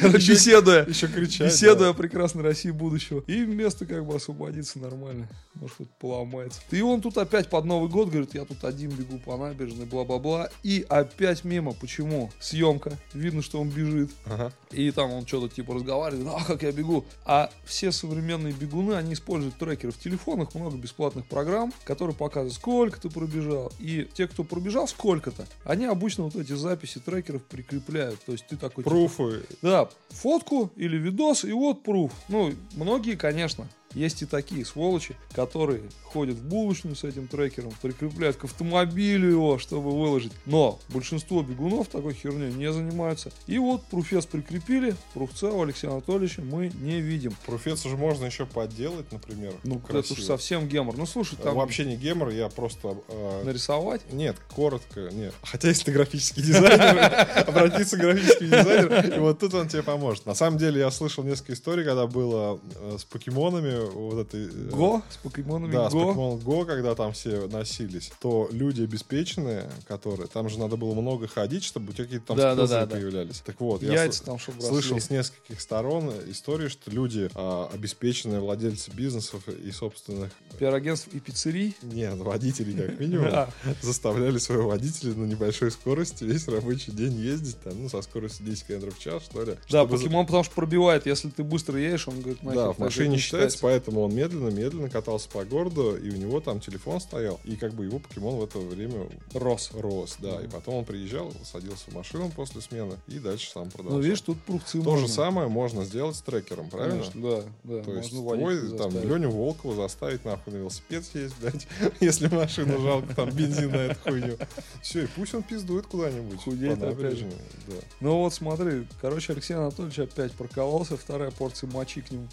Speaker 2: Короче, Беседуя.
Speaker 1: Еще кричать.
Speaker 2: Беседуя о прекрасной России будущего. И место как бы освободится нормально. Может, вот поломается. И он тут опять под Новый год говорит, я тут один бегу по набережной, бла-бла-бла. И опять мимо. Почему? Съемка. Видно, что он бежит.
Speaker 1: да. Ага.
Speaker 2: И там он что-то типа разговаривает, а как я бегу. А все современные бегуны, они используют трекеры в телефонах, много бесплатных программ, которые показывают, сколько ты пробежал. И те, кто пробежал сколько-то, они обычно вот эти записи трекеров прикрепляют. То есть ты такой... типа,
Speaker 1: Пруфы.
Speaker 2: да, фотку или видос, и вот пруф. Ну, многие, конечно, есть и такие сволочи, которые ходят в булочную с этим трекером, прикрепляют к автомобилю его, чтобы выложить. Но большинство бегунов такой херней не занимаются. И вот пруфец прикрепили, пруфца у Алексея Анатольевича мы не видим.
Speaker 1: Пруфец уже можно еще подделать, например.
Speaker 2: Ну, это
Speaker 1: красиво.
Speaker 2: уж совсем гемор. Ну, слушай, там
Speaker 1: Вообще не гемор, я просто... э,
Speaker 2: нарисовать.
Speaker 1: Нет, коротко, нет. Хотя если ты графический дизайнер, обратиться к графическому дизайнеру, и вот тут он тебе поможет. На самом деле я слышал несколько историй, когда было э, с покемонами, вот этой... э,
Speaker 2: Го с покемонами
Speaker 1: Да, с
Speaker 2: Го.
Speaker 1: Pokemon Go, когда там все носились, то люди обеспеченные, которые... Там же надо было много ходить, чтобы у тебя какие-то там
Speaker 2: Да,
Speaker 1: скиллзы
Speaker 2: да, да, да.
Speaker 1: появлялись. Так вот, я
Speaker 2: Яйца
Speaker 1: сл-
Speaker 2: там, чтобы
Speaker 1: слышал
Speaker 2: росли.
Speaker 1: с нескольких сторон истории, что люди, а, обеспеченные владельцы бизнесов и собственных...
Speaker 2: Пиар-агентств и пиццерий.
Speaker 1: Нет, водителей ну, как минимум
Speaker 2: Да.
Speaker 1: заставляли своего водителя на небольшой скорости весь рабочий день ездить, там, ну, со скоростью 10 км в час, что ли.
Speaker 2: Да,
Speaker 1: чтобы за-
Speaker 2: покемон, потому что пробивает. Если ты быстро едешь, он говорит, нахер.
Speaker 1: Да,
Speaker 2: так
Speaker 1: в машине
Speaker 2: не
Speaker 1: считается, поэтому он медленно-медленно катался по городу, и у него там телефон стоял, и как бы его покемон в это время
Speaker 2: Рос.
Speaker 1: рос, да,
Speaker 2: Мгм.
Speaker 1: и потом он приезжал, садился в машину после смены, и дальше сам продолжал.
Speaker 2: Ну, видишь, тут пруфцы
Speaker 1: То же самое можно сделать с трекером, правильно?
Speaker 2: да, да.
Speaker 1: То есть
Speaker 2: можно водителя
Speaker 1: твой, там,
Speaker 2: заставить.
Speaker 1: Леню Волкова заставить нахуй на велосипед съездить, блядь, если машину жалко, там, бензин на эту хуйню. Все, и пусть он пиздует куда-нибудь.
Speaker 2: Худеет
Speaker 1: по
Speaker 2: опять
Speaker 1: набережной, да.
Speaker 2: Ну вот смотри, короче, Алексей Анатольевич опять прокололся, вторая порция мочи к нему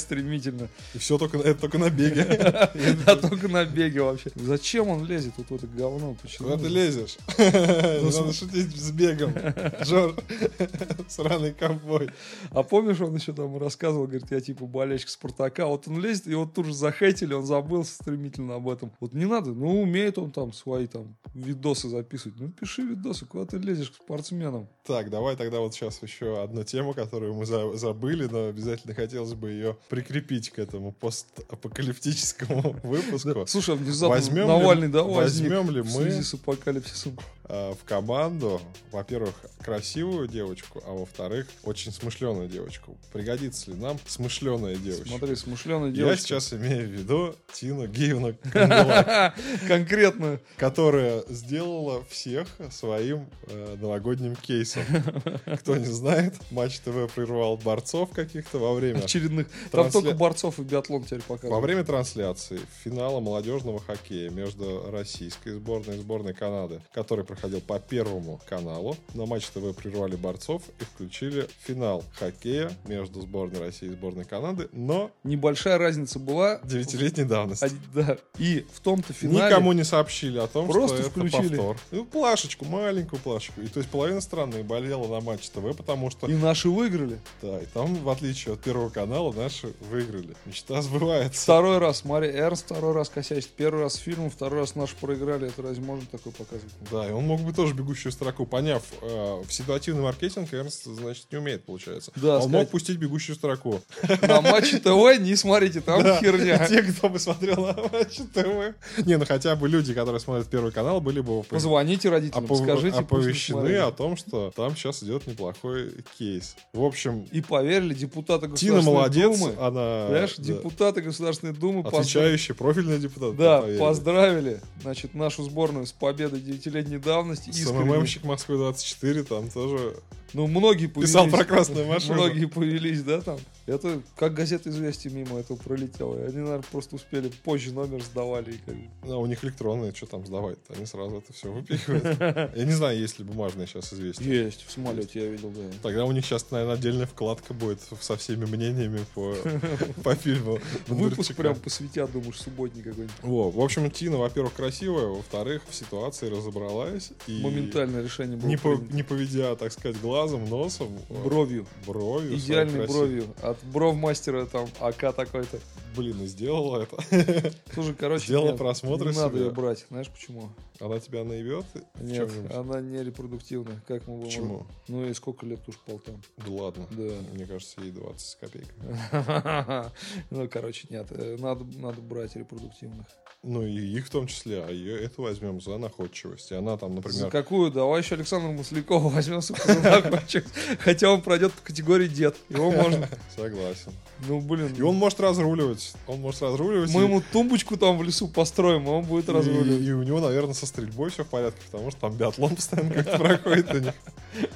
Speaker 2: стремительно.
Speaker 1: И все только, это только на беге.
Speaker 2: Да только на беге вообще. Зачем он лезет вот в это говно? Почему?
Speaker 1: Куда ты лезешь? Не Надо
Speaker 2: смотри.
Speaker 1: шутить с бегом. Джордж, сраный ковбой.
Speaker 2: А помнишь, он еще там рассказывал, говорит, я типа болельщик Спартака. Вот он лезет, и вот тут же захейтили, он забыл стремительно об этом. Вот не надо, ну умеет он там свои там видосы записывать. Ну пиши видосы, куда ты лезешь к спортсменам?
Speaker 1: Так, давай тогда вот сейчас еще одну тему, которую мы за- забыли, но обязательно хотелось бы ее прикрепить к этому постапокалиптическому выпуску.
Speaker 2: Слушай, а внезапно
Speaker 1: Возьмем
Speaker 2: Навальный,
Speaker 1: ли,
Speaker 2: да, возник
Speaker 1: возьмем ли
Speaker 2: в
Speaker 1: мы
Speaker 2: связи с апокалипсисом.
Speaker 1: э, в команду, во-первых, красивую девочку, а во-вторых, очень смышленую девочку. Пригодится ли нам смышленая девочка?
Speaker 2: Смотри, смышленый
Speaker 1: Я
Speaker 2: девочка.
Speaker 1: сейчас имею в виду Тину Гивну
Speaker 2: Конкретно.
Speaker 1: которая сделала всех своим э, новогодним кейсом. Кто не знает, Матч ТВ прервал борцов каких-то во время
Speaker 2: Очередных. Там
Speaker 1: Трансля-
Speaker 2: только борцов и биатлон теперь
Speaker 1: во
Speaker 2: показывают.
Speaker 1: время трансляции финала молодежного хоккея между российской сборной и сборной Канады, который проходил по первому каналу, на матч ТВ прервали борцов и включили финал хоккея между сборной России и сборной Канады, но
Speaker 2: Небольшая разница была.
Speaker 1: девятилетней давности.
Speaker 2: А, да. И в том-то финале...
Speaker 1: Никому не сообщили о том,
Speaker 2: Просто
Speaker 1: что
Speaker 2: включили.
Speaker 1: это повтор. Ну, плашечку, маленькую плашечку. И то есть половина страны болела на матч ТВ, потому что
Speaker 2: И наши выиграли.
Speaker 1: да, и там, в отличие от Первого канала, наши выиграли.
Speaker 2: деле.
Speaker 1: Мечта сбывается.
Speaker 2: Второй раз Мари Эрнст, второй раз косячит, первый раз фильм, второй раз наши проиграли. Это разве можно такое показывать?
Speaker 1: Да, и он мог бы тоже бегущую строку. Поняв, э, в ситуативный маркетинг Эрнст, значит, не умеет, получается.
Speaker 2: Да,
Speaker 1: он
Speaker 2: сказать-
Speaker 1: мог пустить бегущую строку.
Speaker 2: На матче ТВ не смотрите, там
Speaker 1: Да, Типа
Speaker 2: херня.
Speaker 1: Те, кто бы смотрел на матч ТВ. Не, ну хотя бы люди, которые смотрят Первый канал, были бы опо-
Speaker 2: Позвоните родителям,
Speaker 1: опо-
Speaker 2: скажите, пусть
Speaker 1: оповещены а
Speaker 2: посмотрели.
Speaker 1: о том, что там сейчас идет неплохой кейс. В общем,
Speaker 2: И поверили, депутаты
Speaker 1: Тина
Speaker 2: Государственной
Speaker 1: молодец,
Speaker 2: Думы.
Speaker 1: она
Speaker 2: Понимаешь,
Speaker 1: да,
Speaker 2: депутаты Государственной Думы поздравили-
Speaker 1: отвечающая, профильная депутат.
Speaker 2: Да,
Speaker 1: поверили.
Speaker 2: поздравили, значит, нашу сборную с победой девятилетней давности.
Speaker 1: С
Speaker 2: искренне.
Speaker 1: МММщик Москвы 24 там тоже
Speaker 2: Ну, многие повелись.
Speaker 1: писал про красную машину.
Speaker 2: Многие повелись, да, там. Это как газета «Известия» мимо этого пролетела. И они, наверное, просто успели позже номер сдавали. И как... бы.
Speaker 1: Ну, у них электронные, что там сдавать? Они сразу это все выпихивают. Я не знаю, есть ли бумажные сейчас известия.
Speaker 2: Есть, в самолете я видел, да.
Speaker 1: Тогда у них сейчас, наверное, отдельная вкладка будет со всеми мнениями по, по фильму.
Speaker 2: Выпуск
Speaker 1: Бондарчука.
Speaker 2: прям посвятят, думаешь, субботник какой-нибудь.
Speaker 1: Во, в общем, Тина, во-первых, красивая, во-вторых, в ситуации разобралась. И
Speaker 2: Моментальное решение было
Speaker 1: Не, по-
Speaker 2: принято.
Speaker 1: не поведя, так сказать, глазом, носом, э,
Speaker 2: Бровью.
Speaker 1: бровью. своей
Speaker 2: Идеальной
Speaker 1: красивой.
Speaker 2: бровью. От бровмастера там АК такой-то.
Speaker 1: Блин, и сделала это.
Speaker 2: Тоже, короче,
Speaker 1: Сделала
Speaker 2: нет,
Speaker 1: просмотры
Speaker 2: не надо
Speaker 1: себе.
Speaker 2: ее брать. Знаешь почему?
Speaker 1: Она тебя наебет? в
Speaker 2: Нет,
Speaker 1: чем-нибудь?
Speaker 2: она не репродуктивная. Как мы можем-
Speaker 1: Почему?
Speaker 2: Ну и сколько лет уж полтон.
Speaker 1: Да ладно.
Speaker 2: Да.
Speaker 1: Мне кажется, ей 20 с копейками.
Speaker 2: Ну, короче, нет. э, Надо, надо брать репродуктивных.
Speaker 1: Ну и их в том числе, а ее это возьмем за находчивость. И она там,
Speaker 2: За
Speaker 1: например,
Speaker 2: какую? Давай еще Александра Маслякова возьмем, сука, за нахуй. Хотя он пройдет по категории дед. Его можно.
Speaker 1: согласен.
Speaker 2: Ну, блин.
Speaker 1: И он может разруливать. Он может разруливать.
Speaker 2: Мы
Speaker 1: и-
Speaker 2: ему тумбочку там в лесу построим, а он будет разруливать.
Speaker 1: И, и у него, наверное, со стрельбой все в порядке, потому что там биатлон постоянно как-то проходит у них.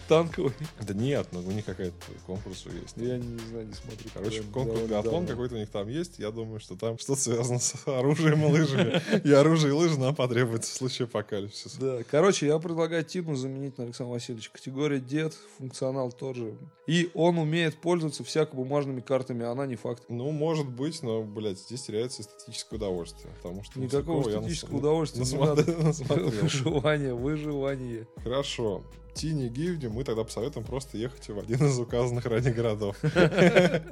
Speaker 2: Танковый.
Speaker 1: Да нет, ну, у них какая-то конкурс уже есть.
Speaker 2: Я не знаю, не смотрю.
Speaker 1: Короче,
Speaker 2: Прям
Speaker 1: конкурс
Speaker 2: довольно
Speaker 1: биатлон
Speaker 2: давно.
Speaker 1: какой-то у них там есть. Я думаю, что там что-то связано с оружием и лыжами. И оружие и лыжи нам потребуется в случае апокалипсиса.
Speaker 2: Да, короче, я предлагаю Тину заменить на Александра Васильевича. Категория дед, функционал тот же. И он умеет пользоваться всяко бумажными картами, а она не факт.
Speaker 1: Ну, может быть, но, блядь, здесь теряется эстетическое удовольствие. Потому что
Speaker 2: Никакого
Speaker 1: Маслякова Ну, я нас-
Speaker 2: эстетического удовольствия не
Speaker 1: насмотр-
Speaker 2: надо.
Speaker 1: насмотрел.
Speaker 2: Выживание, выживание.
Speaker 1: Хорошо. Тине Гивди мы тогда посоветуем просто ехать в один из указанных ранее городов. Если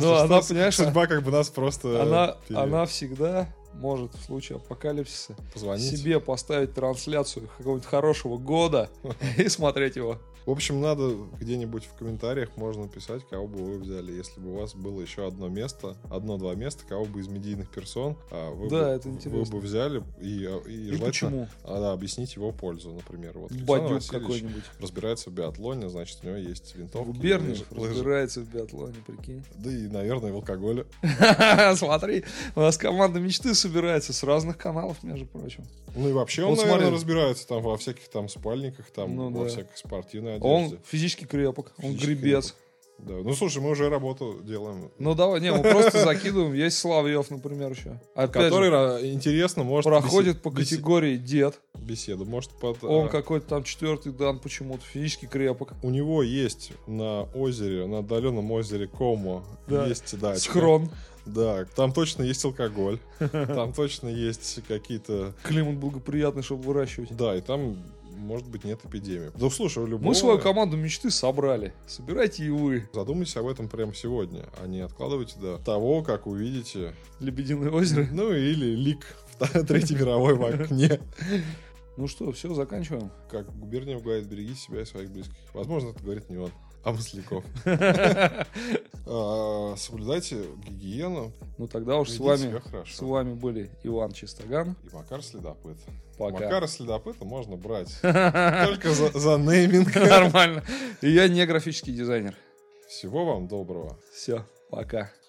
Speaker 2: Ну, она,
Speaker 1: что,
Speaker 2: понимаешь,
Speaker 1: судьба как бы нас просто
Speaker 2: Она,
Speaker 1: э,
Speaker 2: она всегда может в случае апокалипсиса
Speaker 1: пере- позвонить.
Speaker 2: себе поставить трансляцию какого-нибудь хорошего года и смотреть его.
Speaker 1: В общем, надо где-нибудь в комментариях можно писать, кого бы вы взяли, если бы у вас было еще одно место, одно-два места, кого бы из медийных персон а, вы,
Speaker 2: Да,
Speaker 1: бы,
Speaker 2: это
Speaker 1: вы
Speaker 2: интересно.
Speaker 1: бы взяли и, а, и
Speaker 2: И
Speaker 1: желательно
Speaker 2: почему?
Speaker 1: а, да, объяснить его пользу, например. Вот Александр
Speaker 2: Бадюк
Speaker 1: Васильевич
Speaker 2: какой-нибудь.
Speaker 1: разбирается в биатлоне, значит, у него есть винтовка. и
Speaker 2: Губерниев
Speaker 1: лыжи- лыжи.
Speaker 2: разбирается в биатлоне, прикинь.
Speaker 1: Да и, наверное, в алкоголе.
Speaker 2: Смотри, у нас команда мечты собирается с разных каналов, между прочим.
Speaker 1: Ну и вообще он,
Speaker 2: Вот
Speaker 1: наверное,
Speaker 2: смотри.
Speaker 1: разбирается там во всяких там спальниках, там
Speaker 2: Ну
Speaker 1: во
Speaker 2: да.
Speaker 1: всякой спортивной одежде.
Speaker 2: Он физически крепок, он
Speaker 1: Физически
Speaker 2: гребец.
Speaker 1: Да. Ну слушай, мы уже работу делаем.
Speaker 2: Ну давай, не, мы просто закидываем. Есть Соловьев, например, еще. Опять
Speaker 1: который
Speaker 2: же,
Speaker 1: ра- интересно может
Speaker 2: проходит
Speaker 1: бесе-
Speaker 2: по
Speaker 1: бесе-
Speaker 2: категории дед.
Speaker 1: беседу. Может, под,
Speaker 2: Он
Speaker 1: а,
Speaker 2: какой-то там четвертый дан почему-то, физически крепок.
Speaker 1: у него есть на озере, на отдаленном озере Комо,
Speaker 2: Да.
Speaker 1: есть дача.
Speaker 2: Схрон.
Speaker 1: Да, там точно есть алкоголь, там точно есть какие-то...
Speaker 2: Климат благоприятный, чтобы выращивать.
Speaker 1: Да, и там, может быть, нет эпидемии. Да слушай, у любого...
Speaker 2: Мы свою команду мечты собрали. Собирайте и вы.
Speaker 1: Задумайтесь об этом прямо сегодня, а не откладывайте до того, как увидите,
Speaker 2: Лебединое озеро.
Speaker 1: ну или лик вта- Третьей мировой в окне.
Speaker 2: Ну что, все, заканчиваем.
Speaker 1: Как Губерниев говорит, береги себя и своих близких. Возможно, это говорит не он, а Масляков. А, Соблюдайте гигиену.
Speaker 2: Ну тогда уж с
Speaker 1: ведите себя
Speaker 2: вами, с
Speaker 1: хорошо.
Speaker 2: вами были Иван Чистоган.
Speaker 1: И Макар Следопыт.
Speaker 2: Пока.
Speaker 1: Макара Следопыта можно брать только за, за нейминг.
Speaker 2: Нормально. И я не графический дизайнер.
Speaker 1: Всего вам доброго.
Speaker 2: Все, пока.